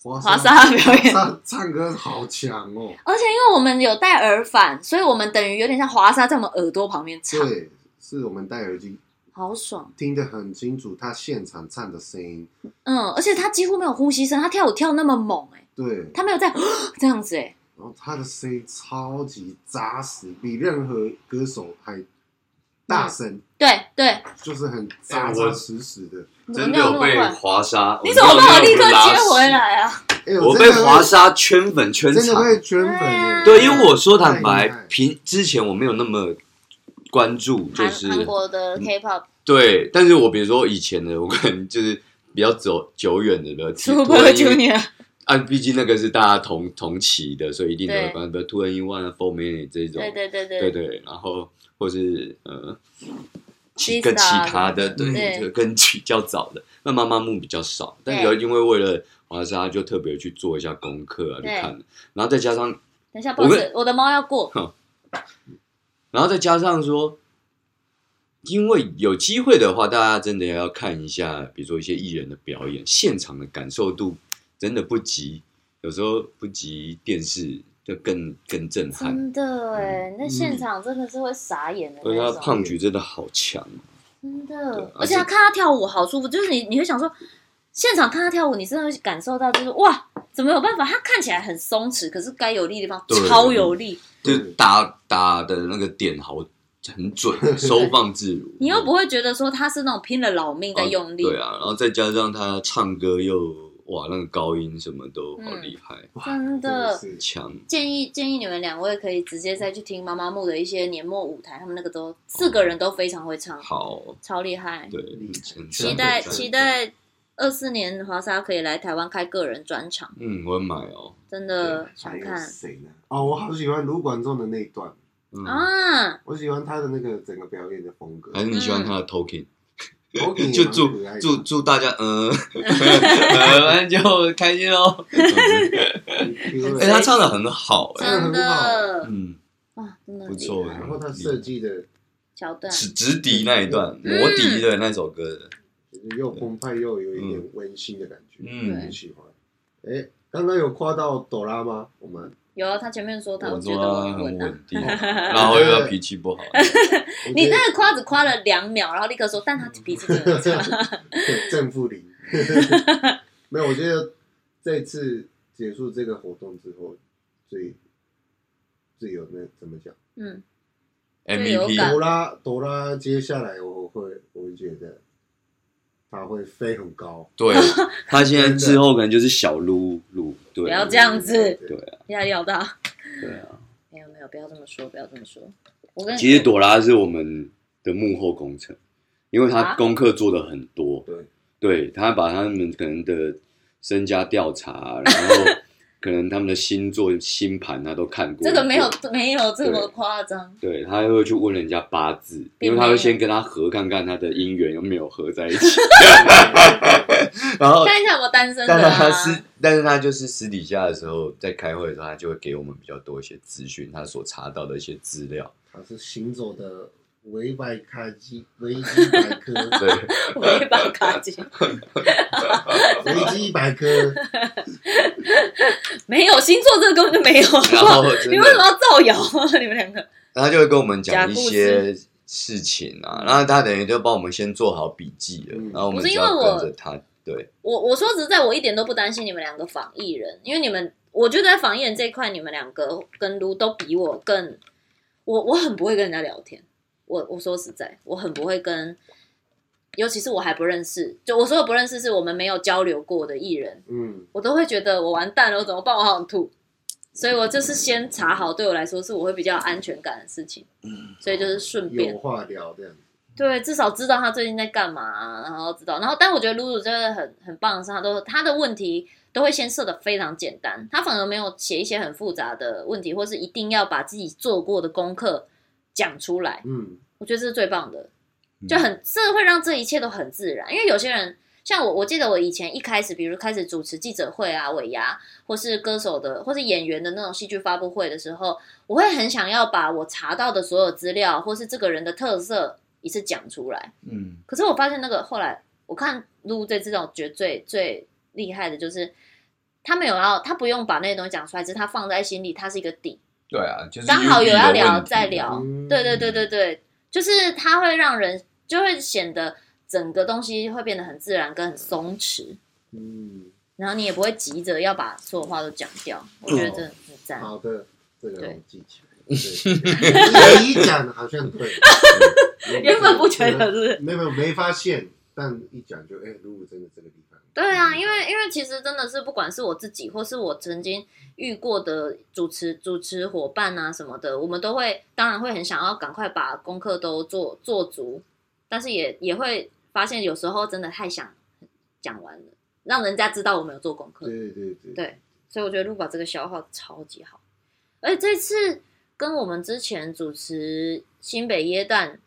华
华莎的表演，
唱唱歌好强哦，
而且因为我们有戴耳返，所以我们等于有点像华莎在我们耳朵旁边唱，
对，是我们戴耳机
好爽。
听得很清楚，他现场唱的声音，
嗯，而且她几乎没有呼吸声，她跳舞跳那么猛、欸，哎，
对，
她没有在 这样子、欸，哎，
然后他的声音超级扎实，比任何歌手还大声，
对对，
就是很扎扎实实的。
你怎么
真
没
的
有
有
那么
被
快？
华沙，
你怎么没有立刻接回
我没有被拉
来啊？
哎、
屎？
我
我
真
被
的会
华沙圈粉圈
真的
场。
会圈粉
啊
耶，
对，因为我说坦白
太厉害，
平之前我没有那么关注，就
韩
是
韩国的 K-pop
对，但是我比如说以前的，我可能就是比较走久远的了。
Super
多因为
Junior，
啊，毕竟那个是大家同同期的，所以一定都有
对
关。比如 Two and One 啊，Four Minute 这种，
对对对对，
对对，然后或是呃，
Vista
其跟其他的，
什么的
对，
对
就跟比较早的，那妈妈木比较少，但有
对
因为为了华莎就特别去做一下功课啊，去
对
看，然后再加上，
等一下，不好意
我
思，我的猫要过，
然后再加上说，因为有机会的话，大家真的要看一下，比如说一些艺人的表演，现场的感受度真的不及，有时候不及电视就更更震撼。
真的哎、那现场真的是会傻眼的
而且他
那种。
胖菊真的好强，
真
对
的
啊，
而且他
就
看他跳舞好舒服，就是你你会想说，现场看他跳舞，你真的会感受到就是哇，怎么有办法？他看起来很松弛，可是该有力的地方
对
超有力，
就
对
打打的那个点好很准， 收放自如。
你又不会觉得说他是那种拼了老命在用力，
对啊，然后再加上他唱歌又哇，那个高音什么都好
嗯
厉害，
真
的
的。
是
强。
建议建议你们两位可以直接再去听妈妈木的一些年末舞台，他们那个都四个人都非常会唱，
好，
超厉害。
对，
嗯
真
期
的
待
真的
期待二四年华莎可以来台湾开个人专场，
嗯，我会买哦。
真的想
还有
看
谁呢？哦，我好喜欢卢广仲的那一段，
嗯，
啊！
我喜欢他的那个整个表演的风格。
还是你喜
嗯
欢他的 token？
哎我给你
哎就
蛮
祝
可爱的
祝祝大家， 嗯，反正就开心 哦。
哎很 Q
哎，
欸
他唱的很好，哎，
真
真的很
的
好
嗯，
哇，真的很
不错欸
厉害
然后他设计的
桥
嗯
段，
直直笛那一段，
嗯
魔笛的那首歌，
就是又澎湃又有一点温馨的感觉，
嗯
很喜欢。哎，刚刚有夸到朵拉吗？我们
有啊，他前面说他我
我
觉
说
得
他
我很
很
稳啊。
稳定，哦然后又 要脾气不好，
我
你
觉得
那个夸只夸了两秒，然后立刻说，但他脾气真的很 差。
对正负 零。没有，我觉得这次结束这个活动之后，最最有那怎么讲？
嗯，
E
有感
MVP
朵拉朵拉接下来我会我会觉得他会飞很高。
对他现在之后可能就是小撸撸，对，
不要这样子
对
对
压力好大。
对啊。
没有没有，不要这么说，不要这么说。我跟
其实朵拉是我们的幕后工程，因为
啊
他功课做的很多，
对，
对他把他们可能的身家调查，然后可能他们的星座星盘他都看过，
这个没有没有这么夸张，
对他会去问人家八字，因
并
为
没
他
有
会先跟他合看看他的姻缘有没有合在一起， 然后，
看一下有没有单身的
哦但是他
啊。
私，但是他就是私底下的时候，在开会的时候，他就会给我们比较多一些资讯，他所查到的一些资料，
他是行走的维百卡基维基百 科，
对，
尾巴卡紧，
维基百科。
没有星座这个根本就没有。
然后真
你为什么
的，
要造谣？啊你们两个
然后他就会跟我们
假
讲
故
一
事嗯
些事情啊，然后他等于就帮我们先做好笔记了，
嗯
然后我
不
们
是
只
因为
要
我
跟着他，对，
我我说实在，我一点都不担心你们两个防疫人，因为你们，我觉得在防疫人这一块，你们两个跟撸都比我更，我我很不会跟人家聊天。我我说实在，我很不会跟，尤其是我还不认识，就我说的不认识，是我们没有交流过的艺人，
嗯，
我都会觉得我完蛋了，我怎么办？我好想吐。所以我就是先查好，对我来说是我会比较有安全感的事情，所以就是顺便
有话聊这样。
对，至少知道他最近在干嘛、啊然后知道，然后但我觉得露露真的很很棒的是，他都他的问题都会先设的非常简单，他反而没有写一些很复杂的问题，或是一定要把自己做过的功课讲出来，
嗯，
我觉得这是最棒的，
嗯
就很这会让这一切都很自然，因为有些人。像我，我记得我以前一开始，比如开始主持记者会啊、尾牙，或是歌手的，或是演员的那种戏剧发布会的时候，我会很想要把我查到的所有资料，或是这个人的特色一次讲出来。
嗯，
可是我发现那个后来，我看录这次让我觉得最最厉害的就是，他没有要，他不用把那些东西讲出来，只是他放在心里，他是一个底。
对啊，就是
刚好
UB
有要
的
聊
问题啊
再聊
嗯
对对对对对，就是它会让人就会显得整个东西会变得很自然跟很松弛，
嗯，
然后你也不会急着要把所有话都讲掉。我觉得这很赞。
好的，这个
对
我记起来。 对你一讲好像对，嗯
原本不觉得是
没有没有没发现，但一讲就哎，如果真的这个地方，
对啊，因为因为其实真的是，不管是我自己，或是我曾经遇过的主持主持伙伴啊什么的，我们都会当然会很想要赶快把功课都做做足，但是也也会发现有时候真的太想讲完了，让人家知道我们有做功课。
对对对
对所以我觉得露宝这个消化超级好，而且这次跟我们之前主持新北耶诞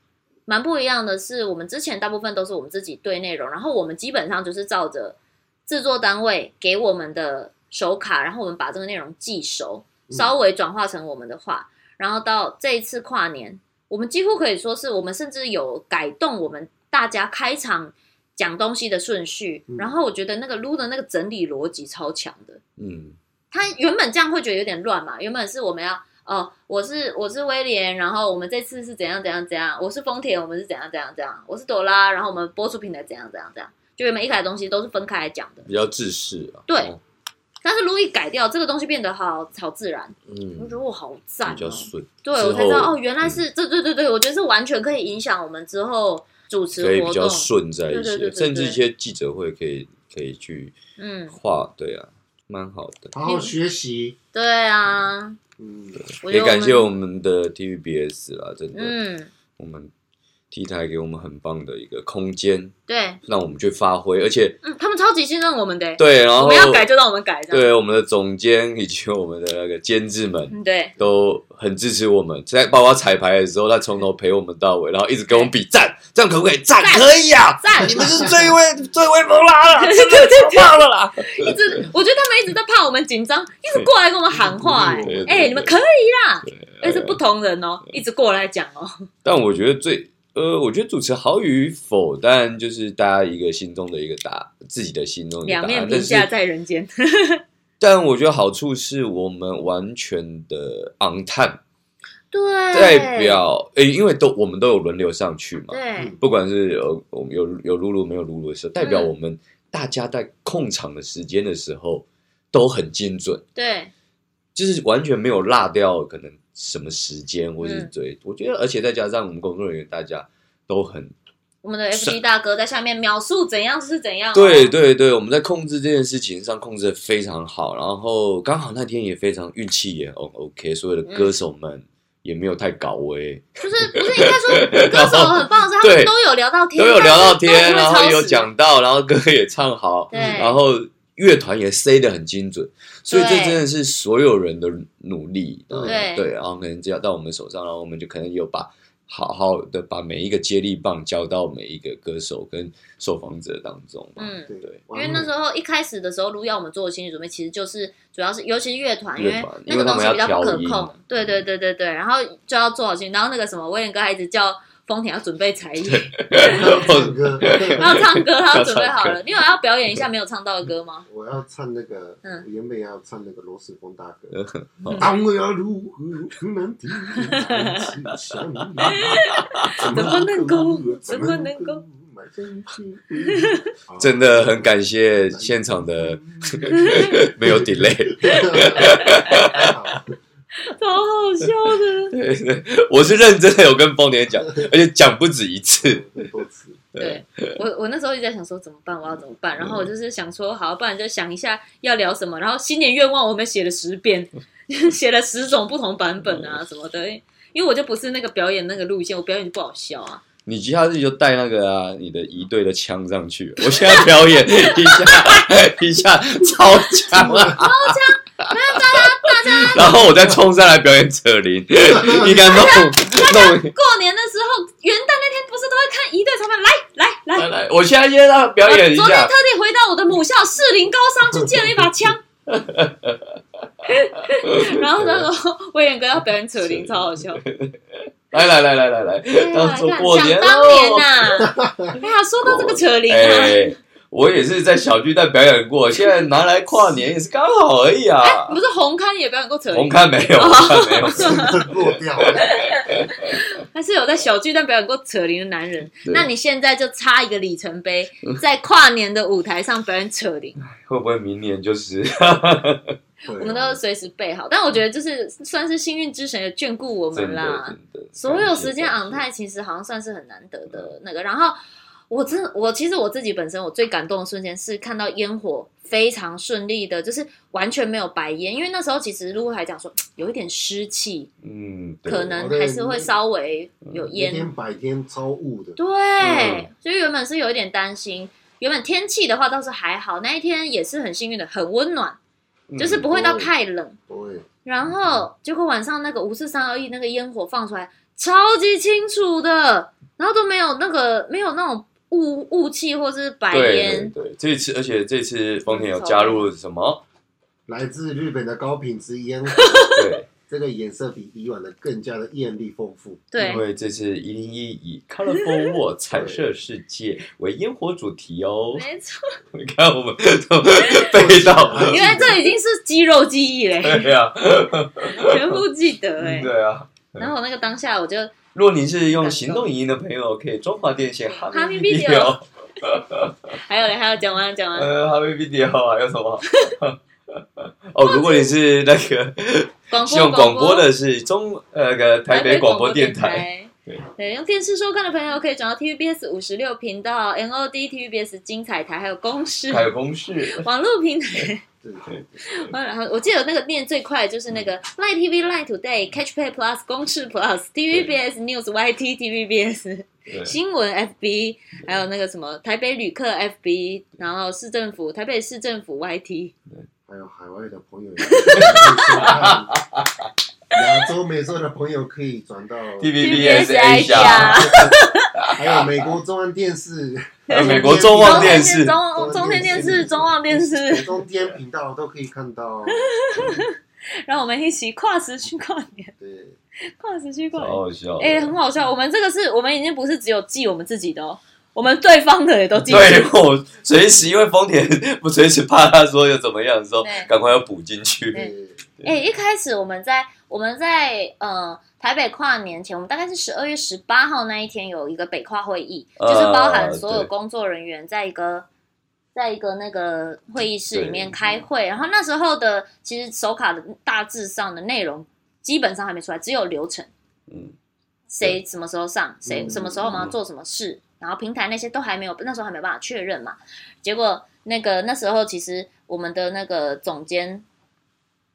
蛮不一样的是，我们之前大部分都是我们自己对内容，然后我们基本上就是照着制作单位给我们的手卡，然后我们把这个内容记熟，
嗯
稍微转化成我们的话，然后到这一次跨年，我们几乎可以说是我们甚至有改动我们大家开场讲东西的顺序，
嗯
然后我觉得那个撸的那个整理逻辑超强的。
嗯，
他原本这样会觉得有点乱嘛，原本是我们要哦，我是我是威廉，然后我们这次是怎样怎样怎样，我是丰田，我们是怎样怎样怎样，我是朵拉，然后我们播出平台怎样怎样怎样，就原本一开始东西都是分开来讲的，
比较自私啊，
对
哦
但是如一改掉，这个东西变得好好自然，
嗯，
我觉得我好赞、哦，
比较顺，
对
之
我才知道
后
哦，
嗯
原来是这对对对，我觉得是完全可以影响我们之后主持
可以比
活
较
动，
顺在一
对对对
些，
对
甚至
对
一些记者会可以可以去
嗯，
画，对啊，蛮好的。
好好学习，
对啊，
嗯，
我觉
也
得
感谢
我
我
们，
们的 TVBS 啦，真的，
嗯，
我们 T 台给我们很棒的一个空间，
对，
让我们去发挥，而且
嗯，他们超级信任我们的、欸
对，然
我
后
们要改就让我们改，这样，
对我们的总监以及我们的那个监制们。
嗯，对。
都很支持我们，在包括彩排的时候，他从头陪我们到尾，然后一直跟我们比赞，这样可不可以？赞
赞
可以 啊！
赞！
你们是最威最威风啦了，真的太棒了啦！
一直，我觉得他们一直在怕我们紧张，一直过来跟我们喊话、哎
嗯对对
哎、
对
你们可以啦！
对嗯
而且是不同人哦，一直过来讲哦，
但我觉得最呃，我觉得主持好与否，当然就是大家一个心中的一个答，自己的心中的一个
两
答
面。
案
评
但
价
是，
在人间。
但我觉得好处是我们完全的 on time，
对，
代表诶、因为都我们都有轮流上去嘛，
对
嗯
不管是有我们有有露露没有露露的时候，代表
嗯
我们大家在控场的时间的时候都很精准，
对
就是完全没有落掉可能什么时间或是
嗯
对，我觉得而且再加上我们工作人员大家都很
我们的
是
FD 大哥在下面描述怎样是怎样、哦，
对对对，我们在控制这件事情上控制的非常好，然后刚好那天也非常运气也 O OK，所有的
嗯
歌手们也没有太搞威，
就是不是应 该说歌手很棒，是他们
对
都有聊到天，
都有聊到
但是
天，
都不会超
然后
时
有，讲到，然后歌也唱好，
对，
然后乐团也塞得很精准，所以这
对
真的是所有人的努力，
嗯
嗯
对
对，然后可能只要到我们手上，然后我们就可能有把好好的把每一个接力棒交到每一个歌手跟受访者当中，嗯，
嗯。
对
对，
因为那时候一开始的时候，卢要我们做的心理准备，其实就是主要是，尤其是乐团，因
乐
为
团
那个东西比较不可
因为他们要调
控
音，
对对对对对，然后就要做好心理。然后那个什么，威廉哥还一直叫丰田要准备才艺，
唱 歌，
他要唱歌，他要准备好
要
了。你有要表演一下没有唱到的歌吗？
我要唱那个，
嗯
我原本要唱那个罗斯风大哥。
嗯好
当我要如何如难听，想你，
怎么能够怎
怎
么能够
买真心？
真的很感谢现场的 没有 delay，
嗯
超好笑的。
对对，我是认真的有跟丰年讲，而且讲不止一次，
很多次，
对我，我那时候一直在想说怎么办，我要怎么办。然后
嗯
我就是想说，好，不然就想一下要聊什么。然后新年愿望我们写了十遍， 写了十种不同版本啊什么的。因为我就不是那个表演那个路线，我表演就不好笑啊。
你其他日就带那个啊，你的一队的枪上去。我现在表演 一下一下 超强啊，然后我再冲上来表演 扯铃，应该弄弄。
过年的时候，元旦那天不是都会看一队裁判来来来
来来，我现在先让他表演一
我昨天
下
特。地回到我的母校士林高商去借了一把枪。 然后那时候威廉哥要表演扯铃，超好笑。
来来来来来来，当做过
嗯想
年
当年
喽。
呐、哎呀，说到这个扯铃啊，
哎，我也是在小巨蛋表演过，现在拿来跨年也是刚好而已啊。
哎不是红勘也表演过扯
红
铃，
看没有，红看没有。
落掉了。
还是有在小巨蛋表演过扯铃的男人。
对嗯
那你现在就差一个里程碑，在跨年的舞台上表演扯铃，
会不会明 年就是？
我们都随时备好。但我觉得就是算是幸运之神也眷顾我
真
们
的
啦
真。的，
所有时间昂泰其实好像算是很难得的那个。然后我真我其实我自己本身我最感动的瞬间是看到烟火非常顺利的，就是完全没有白烟，因为那时候其实露露还讲说有一点湿气，
嗯，对
可能还是会稍微有
那
烟。
天白天超雾的，
对，
嗯
所以原本是有一点担心。原本天气的话倒是还好，那一天也是很幸运的，很温暖，
嗯
就是不会到太冷。
对，
然后结果晚上那个五四三二一那个烟火放出来，超级清楚的，然后都没有那个没有那种雾雾气或是白
对对
烟，
对，这一次，而且这次丰田有加入什么？
来自日本的高品质 烟火，
对，
这个颜色比以往的更加的艳丽丰富。
对
因为这次一零一以 “Colorful World” 彩色世界为烟火主 题哦。
没错，
你看我们都背到，
原来这已经是肌肉记忆嘞，
对呀，
全部记得哎。
对啊。
然后我那个当下我就
若您是用行动影音的朋友，可以中华电信哈密
Happy
video，
还有嘞，还有讲完了讲完了，
呃，哈密 video 还有什么？ 哦，如果你是那个
广
希
播
望广播的是中呃个台北广播电台，。对
对，用电视收看的朋友可以转到 TVBS 五十六频道、NOD、TVBS 精彩台，还有公视
还有公式，
网络平台。
对，
然后我记得那个念最快的就是那
嗯
个 Line TV、Line Today、Catch Play Plus、公视 Plus、TVBS News、YT、TVBS
对
新闻 FB，还有那个什么台北旅客 FB，然后市政府台北市政府 YT，
还有海外的朋友也可以 收看，亚洲、美洲的朋友可以转到，
TVBS
TVBS
Asia，
还有美国中央电视、
呃美国中
中
望电视
中中天电视、中望电视，
中天频道都可以看到。
让我们一起跨时区跨年，
对，
跨时区
好
跨年。哎
好笑。
哎、很好笑！我们这个是我们已经不是只有记我们自己的哦，我们对方的也都进
对
去，，
我随时因为丰田 不随时怕他说又怎么样的时候
对，
赶快要补进去。
对哎、一开始我们在我们在呃台北跨年前，我们大概是十二月十八号那一天有一个北跨会议，
呃
就是包含所有
对
工作人员在一个在一个那个会议室里面
对
开会，然后那时候的其实手卡的大致上的内容基本上还没出来，只有流程，
嗯，
谁什么时候上，谁
嗯
什么时候我们要做什么事，然后平台那些都还没有，那时候还没有办法确认嘛。结果那个那时候其实我们的那个总监，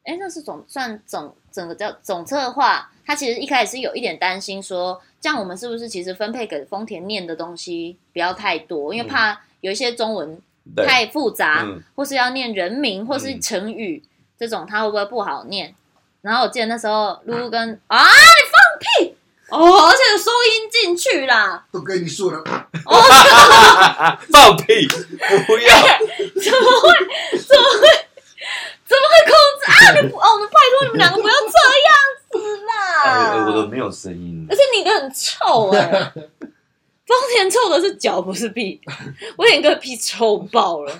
哎，那是总算总整个叫总策划，他其实一开始是有一点担心说，这样我们是不是其实分配给丰田念的东西不要太多，因为
嗯
怕有一些中文
对，
太复杂，
嗯
或是要念人名或是成语、这种，他会不会不好念？然后我记得那时候露露跟啊，你放屁哦，而且有收音进去啦，
都跟你说了，
放屁，不要。
怎么会？怎么会？怎么 会控制啊？你不哦，我们拜托你们两个不要这样子
哎我都
啦！
没有声音
而。且你的很臭哎、 丰田臭的是脚不是屁，我眼个屁臭爆了，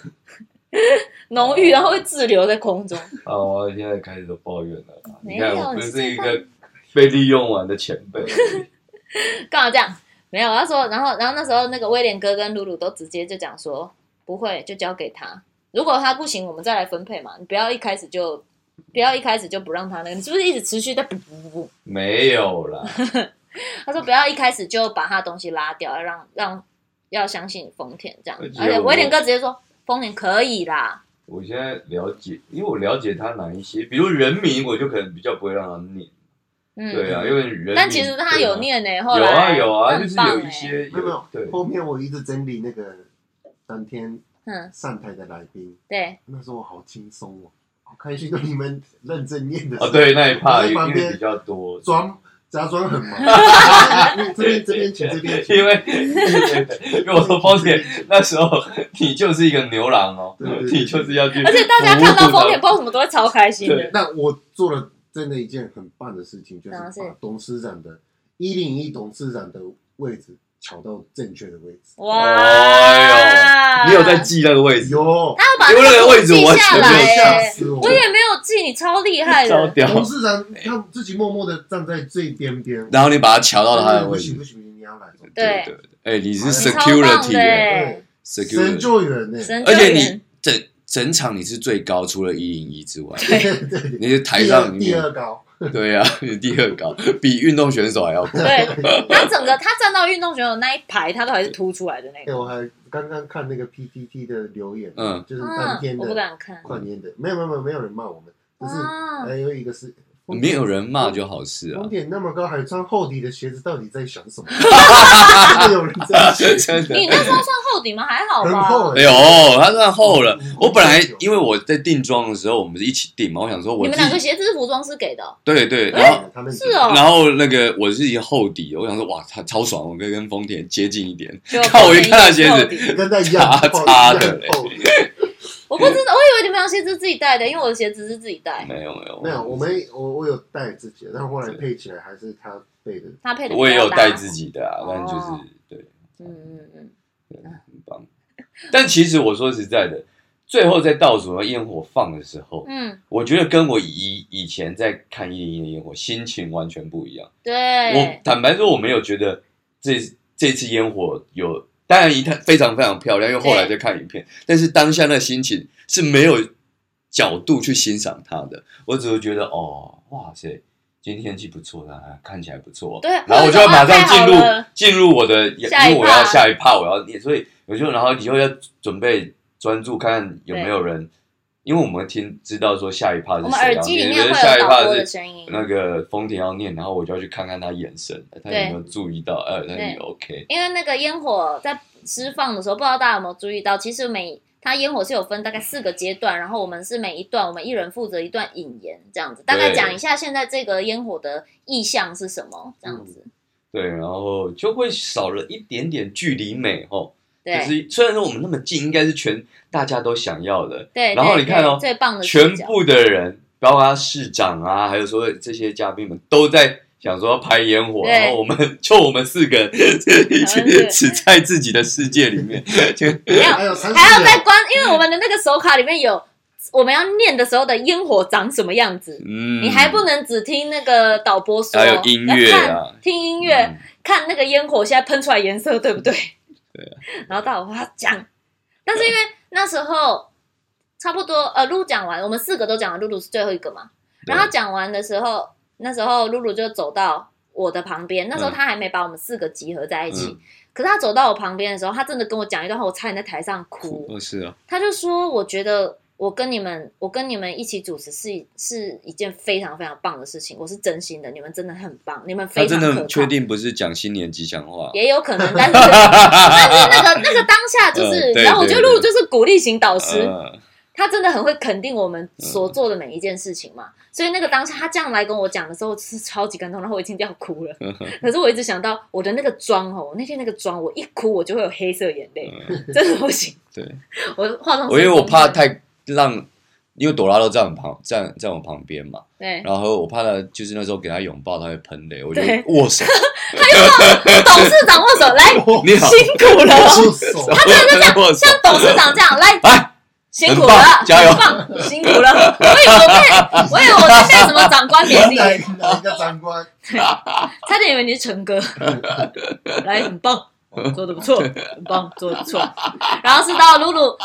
浓郁然后会滞留在空中。
啊，我现在开始都抱怨了啦。
没
你
有
看，我不
你
是
最
一
棒
个被利用完的前辈。
干嘛这样？没有，他说，然后，然后那时候那个威廉哥跟露露都直接就讲说，不会就交给他，如果他不行，我们再来分配嘛，你不要一开始就，不要一开始就不让他那个，你是不是一直持续在补补补补？
没有啦，
他说不要一开始就把他的东西拉掉，要让让要相信丰田这样
而，且
而且
我
威廉哥直接说丰田可以啦，
我现在了解，因为我了解他哪一些，比如人名，我就可能比较不会让他念。
嗯，
对啊，因为人名。
但其实他有念呢、后
对啊。
来
有啊有啊，
那
就
很
是
棒
有
欸
一些
没有没有
对，
后面我一直整理那个当天
嗯，
上台的来宾，
对，
那时候我好轻松哦，好开心跟你们认真念的时候
哦
啊，对那一趴
我在
因
旁
为
边
比较多，
装假装 很忙，这边这边请这边请，
因为 因为我说丰田那时候你就是一个牛郎哦，
对对对
你就是要去服务
而
他，
且大家看到丰田不知道什么都会超开心的
对，
那我做了真的一件很棒的事情，就是
然后是
把董事长的一零一董事长的位置调到正确的位置。
哇，
哦哎你有在记那个位置，
有，
他要把
因为那个位置
记
我
下
全部
来
有
吓
欸，
死我！
我也没有记，你超厉害
超
的。
屌。
董事长他自己默默的站在最边边，哎
然后你把它调到他的
不
位
行
置
不，行，不行你要来。
对
对，哎，你是
你
超棒
security，
的
欸
对
神
security，
救援呢？
神
而且
救
你
援
整整场你是最高，除了一零一之外，
对对，
你是台
第
上
二
里
哎第
面
二高，
对啊，你第二高，比运动选手还要高。
对他整个他站到运动选手那一排，他都还是凸出来的那
哎，
个。
我还刚刚看那个 PTT 的留言，
嗯，
就是当
嗯
天，
我不
的
敢看。
跨年的，没有没有没有没有人骂我们，就是呃
啊，
还有一个是
嗯没有人骂就好事啊
风，点那么高还穿厚底的鞋子，到底在想 什么？真的有人这样想，
真的
你。那时候算厚底吗？还好
很厚欸
吧。
哎呦，他算厚了
嗯。
我本来因为我在定妆的时候，我们是一起定嘛，我想说我
你们
自
两个
己
鞋子是服装师给的哦，
对对，然后
他们
是哦。
然后那个我是一个厚底，我想说哇，他超爽，我可以跟丰田接近一点。
就
看我一看他鞋子
厚底，
跟他一 样
叉
厚
叉
一样
的嘞
厚
我不知道，我以为你们俩鞋子自己带的，因为我的鞋子是自己带，
没有没有
没有，我们我我有带自己的，但后来配起来还是他配的。
他配的。
我也有带自
己。
己的啊，但
哦
就是对，
嗯嗯嗯，
很棒。但其实我说实在的，最后在倒数和烟火放的时候，
嗯，
我觉得跟我以以前在看一零一的烟火心情完全不一样。我
对，
坦白说，我没有觉得这这次烟火有，当然一看非常非常漂亮，因为后来再看影片，但是当下那心情是没有角度去欣赏它的，我只会觉得哦，哇塞。今天天气不错啊，看起来不错。
对
然后我就要马上进
太好了
入进入我的，因
下一趴
为我要下一趴，我要念，所以有时候然后以后要准备专注看看有没有人，因为我们听知道说下一趴是
我们
谁
耳
要
机里
念，
面
因为
会
下一
有导
趴
播
是
的声音。
那个丰田要念，然后我就要去看看他眼神，哎他有没有注意到？呃，
对
他也 OK，
因为那个烟火在释放的时候，不知道大家有没有注意到，其实每它烟火是有分大概四个阶段，然后我们是每一段我们一人负责一段引言这样子，大概讲一下现在这个烟火的意象是什么这样子。
对，然后就会少了一点点距离美哦。就
对
是虽然说我们那么近，应该是全大家都想要的，
对，
然后
对
你看哦
对最棒的视
全
角
部的人，包括市长啊，还有说这些嘉宾们都在
想说要拍烟火，
对
然后我们就我们四个人
是
只在 自己的世界里面，就
还有三
还要
十
再
秒，
关，因为我们的那个手卡里面有我们要念的时候的烟火长什么样子，
嗯，
你还不能只听那个导播说，
还有音乐
要看
啊
听音乐、
嗯
看那个烟火现在喷出来颜色对不对？
啊
对、然后大伙他讲，但是因为那时候差不多，呃，露讲完，我们四个都讲完，露露是最后一个嘛。
对
然后讲完的时候，那时候露露就走到我的旁边，那时候
嗯
他还没把我们四个集合在一起。
嗯
可是他走到我旁边的时候，他真的跟我讲一段话，我差点在台上哭。
哦是啊，
他就说：“我觉得我跟你们，我跟你们一起主持是是一件非常非常棒的事情，我是真心的，你们真的很棒，你们
他
非常
真
可
的
靠。
确定不是讲新年吉祥话，
也有可能，但是但是那个那个当下就是，
嗯对
然后我觉得
对对
露露就是鼓励型导师，
呃
他真的很会肯定我们所做的每一件事情
嗯
嘛。所以那个当下他这样来跟我讲的时候，我是超级感动，然后我已经要哭 了。可是我一直想到我的那个妆哦，我那天那个妆，我一哭我就会有黑色眼泪， 真的不行。
对，
我化妆师
嗯我因为我怕
真的
太让，因为朵拉都在我旁站在我旁边嘛，
对，
然后我怕他就是那时候给他拥抱，他会喷泪，我就
对
握手，
董事长握手 来，
你好，
辛苦了哦，
握手，
他真的就这样，
握手
像董事长这样来。
来
辛苦
很棒
了，
加油
很棒，辛苦了！我以为我被，我以为我在像什么长官免
哪
礼，
哪一个 长官？
差点以为你是陈哥。来，很棒，做的不错，很棒，做的不错。然后是到露露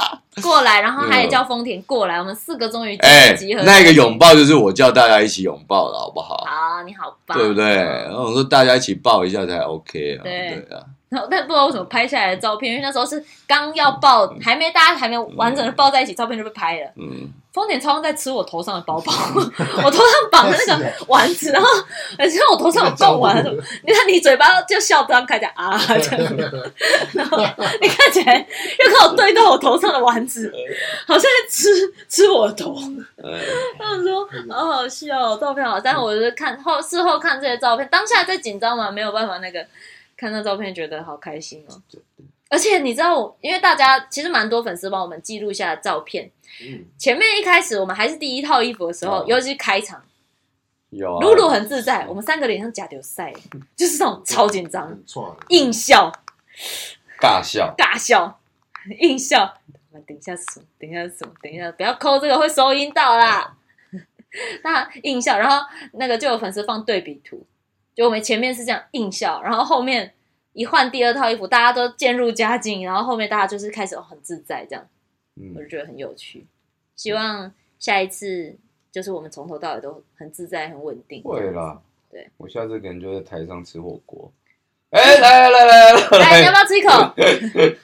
过来，然后他也叫丰田过来，我们四个终于
哎、
集合。
那个拥抱就是我叫大家一起拥抱了，好不好？
好，你好棒，
对不对？然后我说大家一起抱一下才 OK 啊，
对
对啊，
然后但不知道为什么拍下来的照片，因为那时候是刚要抱，还没大家还没完整的抱在一起，照片就被拍了。
嗯，
丰田超像在吃我头上的包包， 我头上绑的那个丸子，然后而且我头上有贡丸，你看你嘴巴就笑张开讲啊这样，然后你看起来又跟我对到我头上的丸子，好像在吃吃我的头。
哎
他们说好好笑哦、照片好，但是我就是看后事后看这些照片，当下在紧张嘛，没有办法那个看到照片觉得好开心哦。而且你知道我，因为大家其实蛮多粉丝帮我们记录下照片，
嗯，
前面一开始我们还是第一套衣服的时候，
哦
尤其是开场，
哦
有啊，
露露很自在，我们三个脸上假流赛， 就是那种超紧张，
很啊壮，
硬笑、
尬笑，
尬笑、 硬笑。我们等一下是什么？等一下是什么？等一下，不要抠这个会收音到啦。 那硬笑，然后那个就有粉丝放对比图，就我们前面是这样硬笑，然后后面一换第二套衣服，大家都渐入佳境，然后后面大家就是开始哦很自在这样。我
嗯，
就觉得很有趣。希
嗯
望下一次就是我们从头到尾都很自在、很稳定。
会啦，
对，
我下次可能就在台上吃火锅。哎，来来来
来，
来
你
来
要不
来，
要吃一 口？对，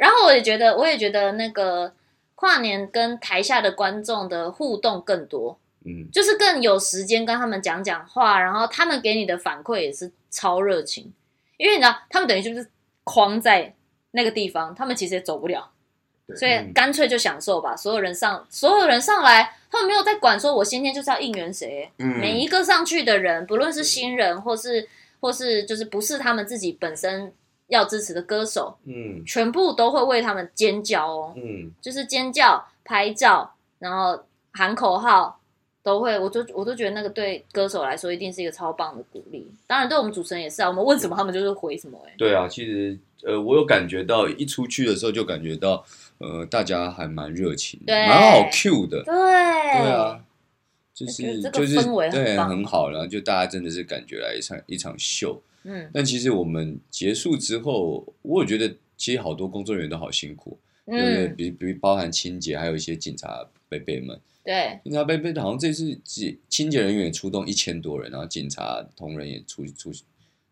然后我也觉得，我也觉得那个跨年跟台下的观众的互动更多，
嗯，
就是更有时间跟他们讲讲话，然后他们给你的反馈也是超热情，因为你知道，他们等于就是框在那个地方，他们其实也走不了。
对
所以干脆就享受吧，所有人上，所有人上来，他们没有在管说我今天就是要应援谁、
嗯
每一个上去的人，不论是新人或是或是就是不是他们自己本身要支持的歌手，
嗯
全部都会为他们尖叫哦，
嗯，
就是尖叫、拍照，然后喊口号，都会，我都我都觉得那个对歌手来说一定是一个超棒的鼓励。当然，对我们主持人也是啊，我们问什么他们就是回什么、哎，
对啊，其实呃，我有感觉到一出去的时候就感觉到，呃，大家还蛮热情的，
对
蛮好 Q 的，
对，
对啊，就
我觉
是
得这个
就是
氛围很
对
棒
很好，然后就大家真的是感觉来一场一场秀。
嗯
但其实我们结束之后，我也觉得其实好多工作人员都好辛苦，对不对？
嗯，
比比包含清洁，还有一些警察贝贝们，
对，
警察贝贝好像这次几清洁人员也出动一千多人，然后警察同仁也出出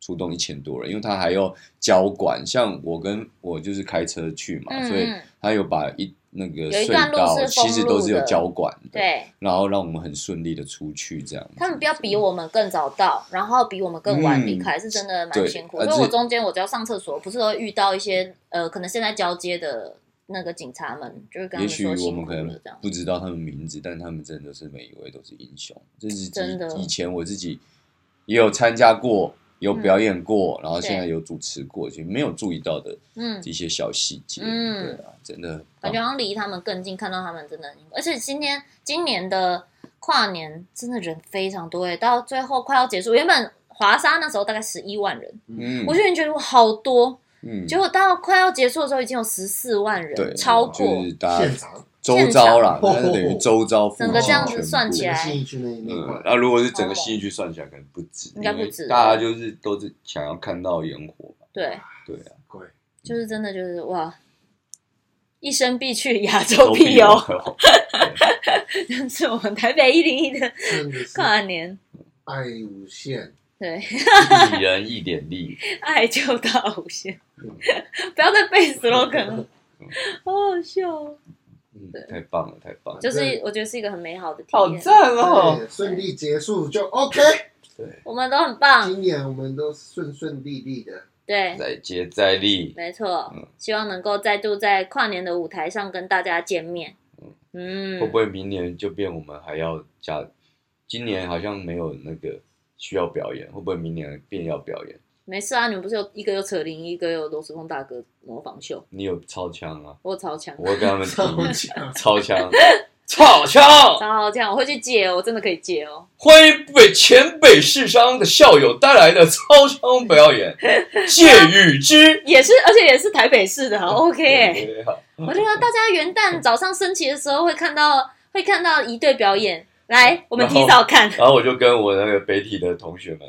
出动一千多人，因为他还要交管，像我跟我就是开车去嘛，
嗯
啊所以
嗯
他有把一那个
有一
隧
段路
道
是
其实都
封
是
路
有
的
交管的，
对。
然后让我们很顺利的出去这样子。
他们不要比我们更早到，然后比我们更晚离开，是真的蛮辛苦。
嗯对呃
所以
而
我
且
中间我只要上厕所，不是会遇到一些呃，可能现在交接的那个警察们，就是跟他们
也许
说
我
辛
们
苦
可
了
能
这样。
不知道他们名字，但他们真的都是每一位都是英雄。这是
真的
以以前我自己也有参加过，有表演过，
嗯
然后现在
对
有主持过，就没有注意到的
嗯，
一些小细节。
嗯
对啊，真的很
感
棒
觉好像离他们更近，看到他们真的很辛苦。而且今天今年的跨年真的人非常多诶，到最后快要结束，原本华沙那时候大概十一万人，
嗯
我就觉得哇好多，
嗯，
结果到快要结束的时候已经有十四万
对
人，超过。
就是大家
现场
周遭啦，
现场
那等于周遭附近
整个这样子
全部
算起来
新一区那那一
嗯，
块，
那如果是整个新一区算起来，可能不止，
应该
因为
不止
大家就是都是想要看到烟火嘛，
对，
对啊，
对，
就是真的就是哇，一生必去亚 洲必游，
哦
是我们台北一零一的
真的是
跨年。
爱无限。
对，
一人一点 力，
爱就到无限，
嗯
不要再背 slogan 了，好好笑哦。
嗯，太棒了，太棒了，
就是我觉得是一个很美好的体
好
验，
赞哦！
对顺利结束就 OK。
对，
我们都很棒。
今年我们都顺顺利利的，
对，
再接再厉，
没错
嗯，
希望能够再度在跨年的舞台上跟大家见面。嗯，
会不会明年就变我们还要加？今年好像没有那个需要表演，会不会明年变要表演？
没事啊，你们不是有一个有扯铃，一个有罗时峰大哥模仿秀，
你有超强啊？
我超强
我，会跟 他们提
超
议，
强。
超强，超强，
超好强，我会去借哦，我真的可以借哦。
欢迎北前北市商的校友带来的超强表 演《借雨之
也是，而且也是台北市的，好 OK 哎、》。 我就说大家元旦早上升旗的时候会看到，会看到一队表演， 来，我们提早看
然后我就跟我那个北体的同学们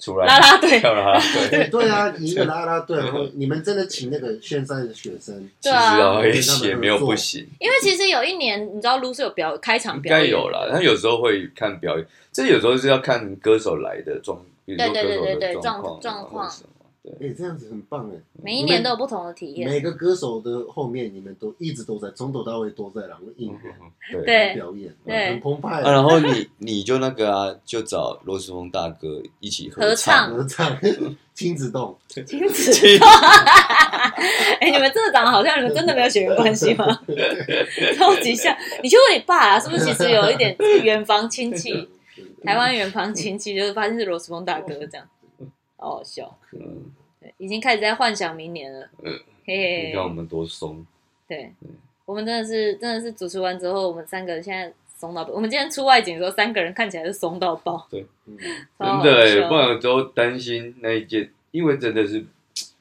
出来
啦啦队，
跳啦啦队，
对啊，一个拉拉队，然后你们真的请那个线上的学生，
其
对
实
啊，
啊也也没有不行，
因为其实有一年你知道 Lu 是有表开场
应
表
该
演，
有啦。他有时候会看表演，这有时候是要看歌手来的状，比如说
对对
歌手
对对对
的况
状
状
状况
什么。对，
哎，这样子很棒哎。
每一年都有不同的体验，
每个歌手的后面，你们都一直都在，从头到尾都在然后应援、
嗯对
嗯对
表演，
对
很澎湃
啊，，然后你你就那个啊，就找罗时峰大哥一起
合唱
合唱亲子动，
亲子。 哎、你们这长得好像你们真的没有血缘关 系吗？超级像，你去问你爸啊，是不是其实有一点远房亲戚，台湾远房亲戚，就是发现是罗斯峰大哥这样，好好笑。
嗯，
对，已经开始在幻想明年了。
嗯你
嘿
看我
嘿，
们多松，
对，
嗯
我们真的是真的是主持完之后，我们三个人现在松到爆。我们今天出外景的时候，三个人看起来是松到爆，
嗯
超
真
好
的欸
笑
不然我都担心那一件，因为真的是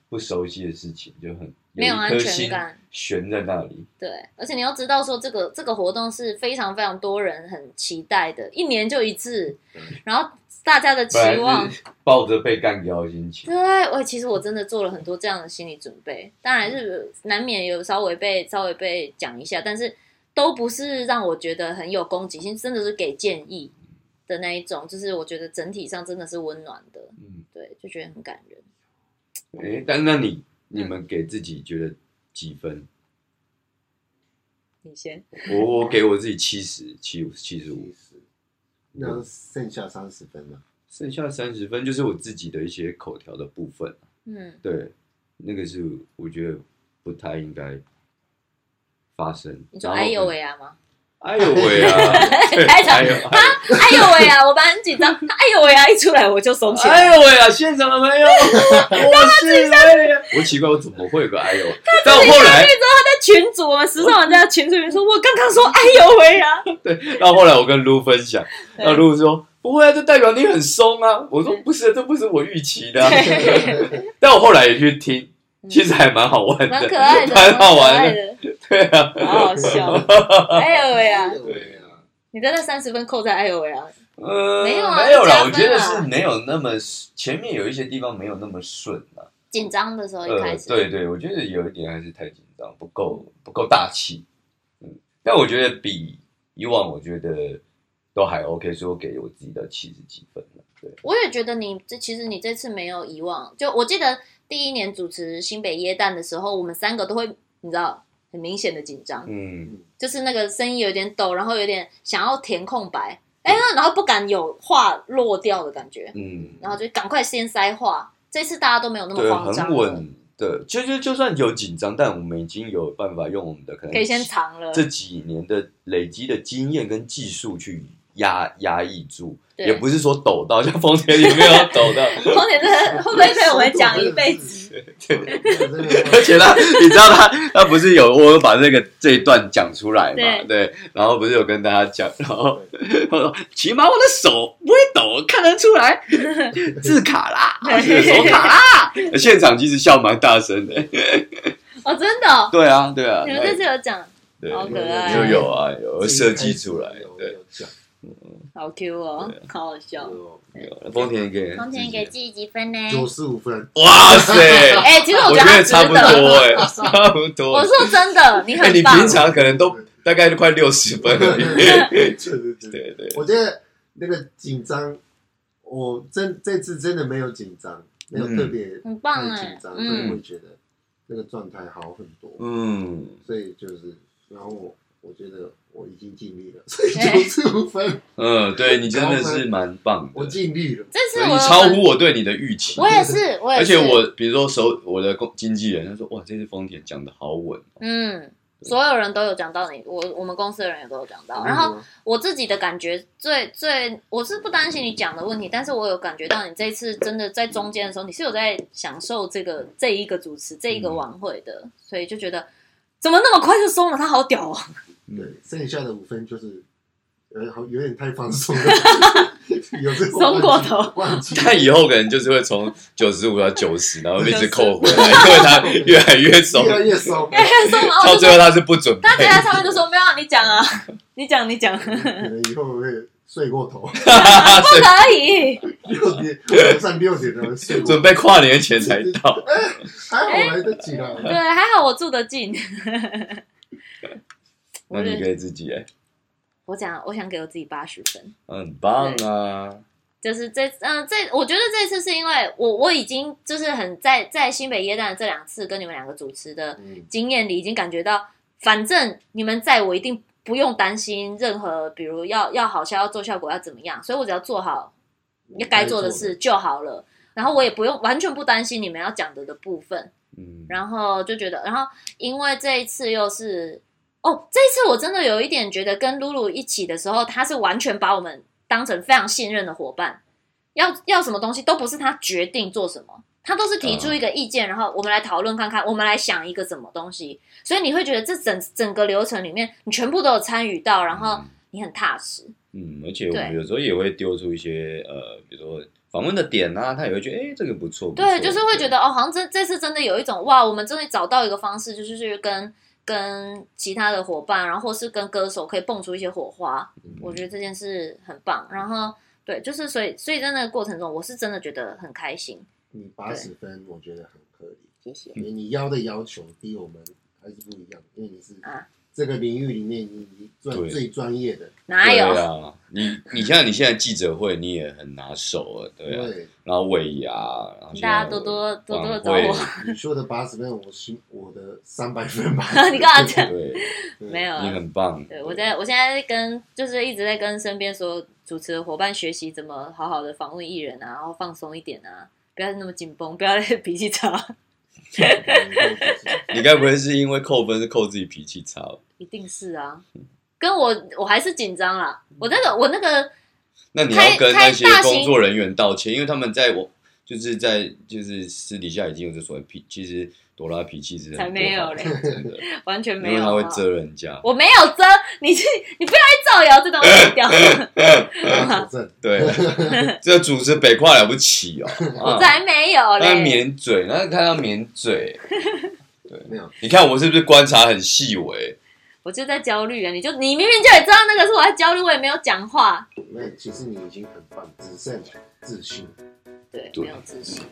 不熟悉的事情，就很
没有
一
安
颗
全
心
感
悬在那里。
对，而且你要知道说，这个这个活动是非常非常多人很期待的，一年就一次，然后大家的期
嗯本来
望。
是抱着被干掉的心情，
对，我其实我真的做了很多这样的心理准备，当然是难免有稍微被稍微被讲一下，但是都不是让我觉得很有攻击性，真的是给建议的那一种，就是我觉得整体上真的是温暖的，
嗯，
对，就觉得很感人。
哎、但那你你们给自己觉得几分？
你先，
我我给我自己七十七七十五，
其实那剩下三十分了，
剩下三十分就是我自己的一些口条的部分。啊
嗯，
对，那个是我觉得不太应该发生。
你说
然后
哎呦喂啊吗？
哎呦喂啊！对
开场
哎呦哎呦
哎呦喂啊，我本来很紧张，哎呦喂啊，一出来我就松起来了。
哎呦喂啊！现场的朋 友，我是哎呀，我奇怪我怎么会有个哎呦？到后来，
群主，我们时尚玩家群主里面说，我刚刚说哎呦喂啊，
对，到后来我跟撸分享，
对
那撸说不会啊，这代表你很松啊。我说不是，这不是我预期的啊、 但我后来也去听，其实还蛮好玩的，
嗯蛮可爱的，
蛮好
蛮可
玩
爱
的，
的，
对啊。
好好笑。 哎呦喂啊！
对啊，
你在那三十分扣在哎呦喂啊！
呃，
没有啊
没有啦，
不加
我
分
觉得
啊
是没有那么前面有一些地方没有那么顺啊。
紧张的时哦候一
呃
开，始，
对对，我觉得有一点还是太紧张，不够不够大气。嗯，但我觉得比以往，我觉得都还 OK，所以我给我自己的七十几分了。对，
我也觉得你这其实你这次没有遗忘，就我记得第一年主持新北耶诞的时候，我们三个都会你知道很明显的紧张，
嗯，
就是那个声音有点抖，然后有点想要填空白，哎呀，然后不敢有话落掉的感觉，
嗯，
然后就赶快先塞话。这次大家都没有那么
对，
慌张
很
了，
稳的。就就就算有紧张，但我们已经有办法用我们的可能
可以先藏了。
这几年的累积的经验跟技术去压压抑住，
对
也不是说抖到像丰田有没有抖到，
重点是会不会被我们讲一辈子？
这个真的
而且他，你知道他，他不是有我有把那个这一段讲出来嘛？
对
对，然后不是有跟大家讲，然后我说起码我的手不会抖，看得出 来，字卡啦，手卡啦。现场其实笑蛮大声的，
哦，真的哦、
对啊，对啊，
你们这次有讲，
对
好可爱
有有啊，有设计出来，对，
有讲
好 Q 哦，好好笑。
究，
有丰田给，
丰田给自己几分呢？
九十五分，
哇塞，
哎、其实我
我
觉
觉
得他
得
值
差不
得。
多哎，差不多
我。说真的，你
哎，你
很棒。
平常可能都大概都快六十 分而已，
对对对，
对对。
我觉得那个紧张，我真这次真的没有紧张，没有特别
很棒
太
哎
紧张，所
嗯
以我觉得那个状态好很多，
嗯，
所以就是，然后我我觉得我已经尽力了，所以九十五
哎
分，
嗯，对你真的是蛮棒
我
的，
尽力了，
这次我
你
有
超
很
乎我对你的预期。
我也是，我也是。
而且我比如说手我的工经纪人，他说哇，这次丰田讲的好稳哦，
嗯，所有人都有讲到你，我我们公司的人也都有讲
嗯
到。然后我自己的感觉最最，我是不担心你讲的问题，但是我有感觉到你这一次真的在中间的时候，你是有在享受这个这一个主持这一个
嗯
晚会的，所以就觉得怎么那么快就松了，他好屌 哦！
嗯
对，剩下的五分就是。呃，好，有点太放松了，有这个
松过头，
忘记
他以后可能就是会从九十五到九十，然后一直扣回来，因为他越来越松
越，来越松，
哎、松了，然后
到
就
最后他是不准备
他。在他上面就说没有，你讲啊，你讲你讲，啊
可能以后会睡过头，
不 可以。
六点晚上六点才能睡过头，
准备跨年前才到，
还
哎
好来得及啦。
对，还好我住得近。
那
我
你
是
可以自己哎，
我讲，我想给我自己八十分。
很棒啊！
就是这嗯、这我觉得这次是因为我我已经就是很在在新北耶诞的这两次跟你们两个主持的
嗯，
经验里，已经感觉到，反正你们在我一定不用担心任何，比如要要好笑要做效果要怎么样，所以我只要做好你该做的事，就好了。然后我也不用完全不担心你们要讲的的部分，
嗯，
然后就觉得，然后因为这一次又是哦，这一次我真的有一点觉得跟露露一起的时候，他是完全把我们当成非常信任的伙伴，要要什么东西都不是他决定做什么，他都是提出一个意见，然后我们来讨论看看，我们来想一个什么东西，所以你会觉得这整整个流程里面，你全部都有参与到，然后你很踏实，
嗯，而且我们
对
有时候也会丢出一些呃，比如说访问的点啊，他也会觉得哎，这个不错，不错
对，就是会觉得哦，好像这这次真的有一种哇，我们终于找到一个方式，就是去跟跟其他的伙伴，然后或是跟歌手可以蹦出一些火花。
嗯
我觉得这件事很棒。然后对，就是所以所以在那个过程中，我是真的觉得很开心。
你八十分，我觉得很合理。
谢谢。
因为你要的要求比我们还是不一样，因为你是
啊
这个领域里面你你专
对
最专业的，
哪有？
对啊，你你像你现在记者会，你也很拿手啊，对啊，
对，
然后尾牙，然后现在
大家多多多多找
晚会
我。
你说的八十分，我是我的三百分吧
你干嘛这样？
对，
对
没有啊
你很棒，
对，我在我现在在跟就是一直在跟身边所有主持的伙伴学习怎么好好的访问艺人啊，然后放松一点啊，不要那么紧绷，不要 脾气差，
你该不会是因为扣分是扣自己脾气差吧？
一定是啊。跟我我还是紧张啦，我那个我那个
那你要跟那些
开开大型
工作人员道歉，因为他们在我就是在就是私底下已经有这所谓脾，其实朵拉脾气是很
才 没有
不好的
嘞
真的，
完全
因
没
为
有
他
好
会
不好，
遮人家，
我没有遮，你去你不要再造谣，这段我剪 掉，
保证，
对，这主持北跨了不起哦，啊
我才没有
他
嘞，
抿嘴，那看到抿嘴，
没有，
你看我是不是观察很细微？
我就在焦虑啊，你就你明明就也知道那个是我在焦虑，我也没有讲话，
那其实你已经很棒，只剩自信，
对，
对
没有自信，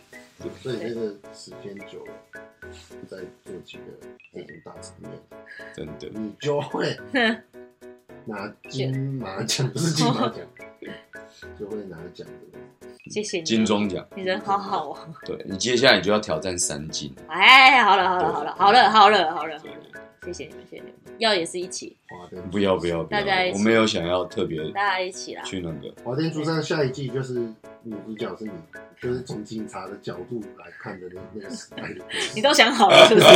所以这个时间久了，再做几个这种大场面，
真的，
你就会拿金马奖，不是金马 奖，就会拿奖的。
谢谢你，
金钟奖，
你人好好哦，
对你接下来你就要挑战三金，
哎，好了好了好了好了好了好了，好了谢谢你们，谢谢你们，要也是一起，
华灯
不要不要不
大家一
要，
起
我没有想要特别
大家一起啦，
去那个，
华灯初上下一季就是女主角是你，就是从警察的角度来看的那那个时代的故事。
你都想好了是不 是？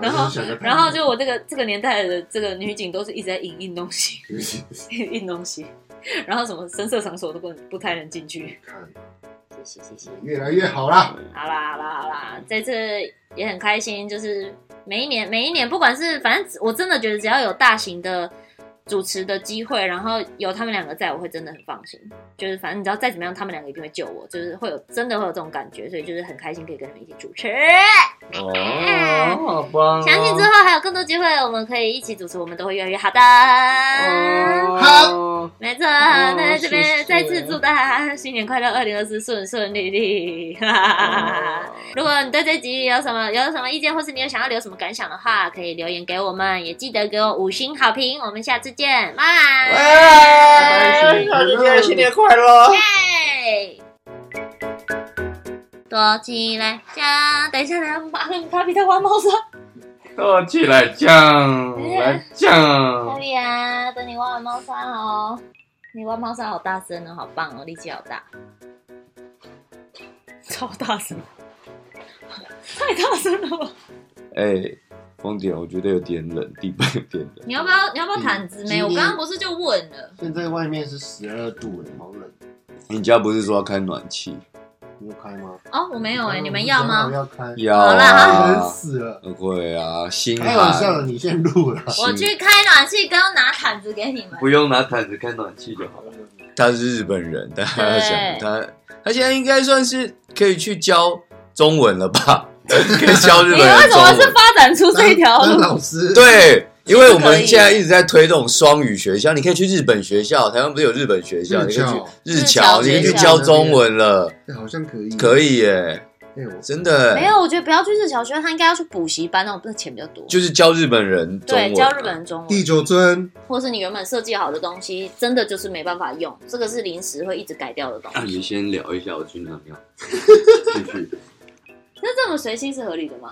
然后
想个
然后就我这个这个年代的这个女警都是一直在引印东西， 印东西，然后什么深色场所都不不太能进去。
看，
谢谢谢谢。
越来越好啦。
好啦好啦好啦，这次也很开心，就是每一年每一年，不管是反正我真的觉得只要有大型的主持的机会，然后有他们两个在，我会真的很放心。就是反正你知道再怎么样，他们两个一定会救我，就是会有真的会有这种感觉，所以就是很开心可以跟你们一起主持。嗯
哦，好棒、哦！
相信之后还有更多机会，我们可以一起主持，我们都会越来越好的。哦
哦好，
没错，那在这
哦谢谢
边再次祝大家新年快乐，二零二四顺顺利利。哈哈哈
哦
哈如果你对这集有什么有什么意见，或是你有想要留什么感想的话，可以留言给我们，也记得给我五星好评。我们下次见，拜
哎
拜。哎
拜
喂，小姐姐新年快乐！
耶躲起来，想等一下，等一下， 马上卡比在挖猫砂。
多起来酱，来
卡
酱，
比啊，等你挖完猫砂哦。你挖猫砂好大声哦，好棒哦，力气好大， 超大声，太大声了吧？
哎，光点，我觉得有点冷，地板有点冷。
你要不要？你要不要毯子没？
今
我
天
刚刚不是就问了？
现在外面是十二度哎，好冷，
你家不是说要开暖气？
你有开吗？
哦，我没有哎、
嗯
你们要
我
吗？
要开，
要
好啦
冷
啊，
死了。
会啊，心
开玩笑
寒。
的，你先录了。
我去开暖气，刚拿毯子给你们。
不用拿毯子开暖气就好了。
他是日本人，但他要
对
讲他，他现在应该算是可以去教中文了吧？ 可以教日
你
本
哎为什
人中
么是
文。
发展出这条
当
路？
老师，，
对，因为我
可以
们现在一直在推动双语学校，你可以去日本学校，台湾不是有日本学校，
日
你可以去
侨
日侨，
日侨
你可以去
学校
教中文了，
哎好像可以，
可。以耶，
哎，我
真的
没有，我觉得不要去日小学，他应该要去补习班，那哦种那钱比较多。
就是教日本人中
对，
文，
教日本人中文。
第九尊，
或是你原本设计好的东西，真的就是没办法用，这个是临时会一直改掉的东
那
西。
你们先聊一下，我去尿尿。继续，
那这么随性是合理的吗？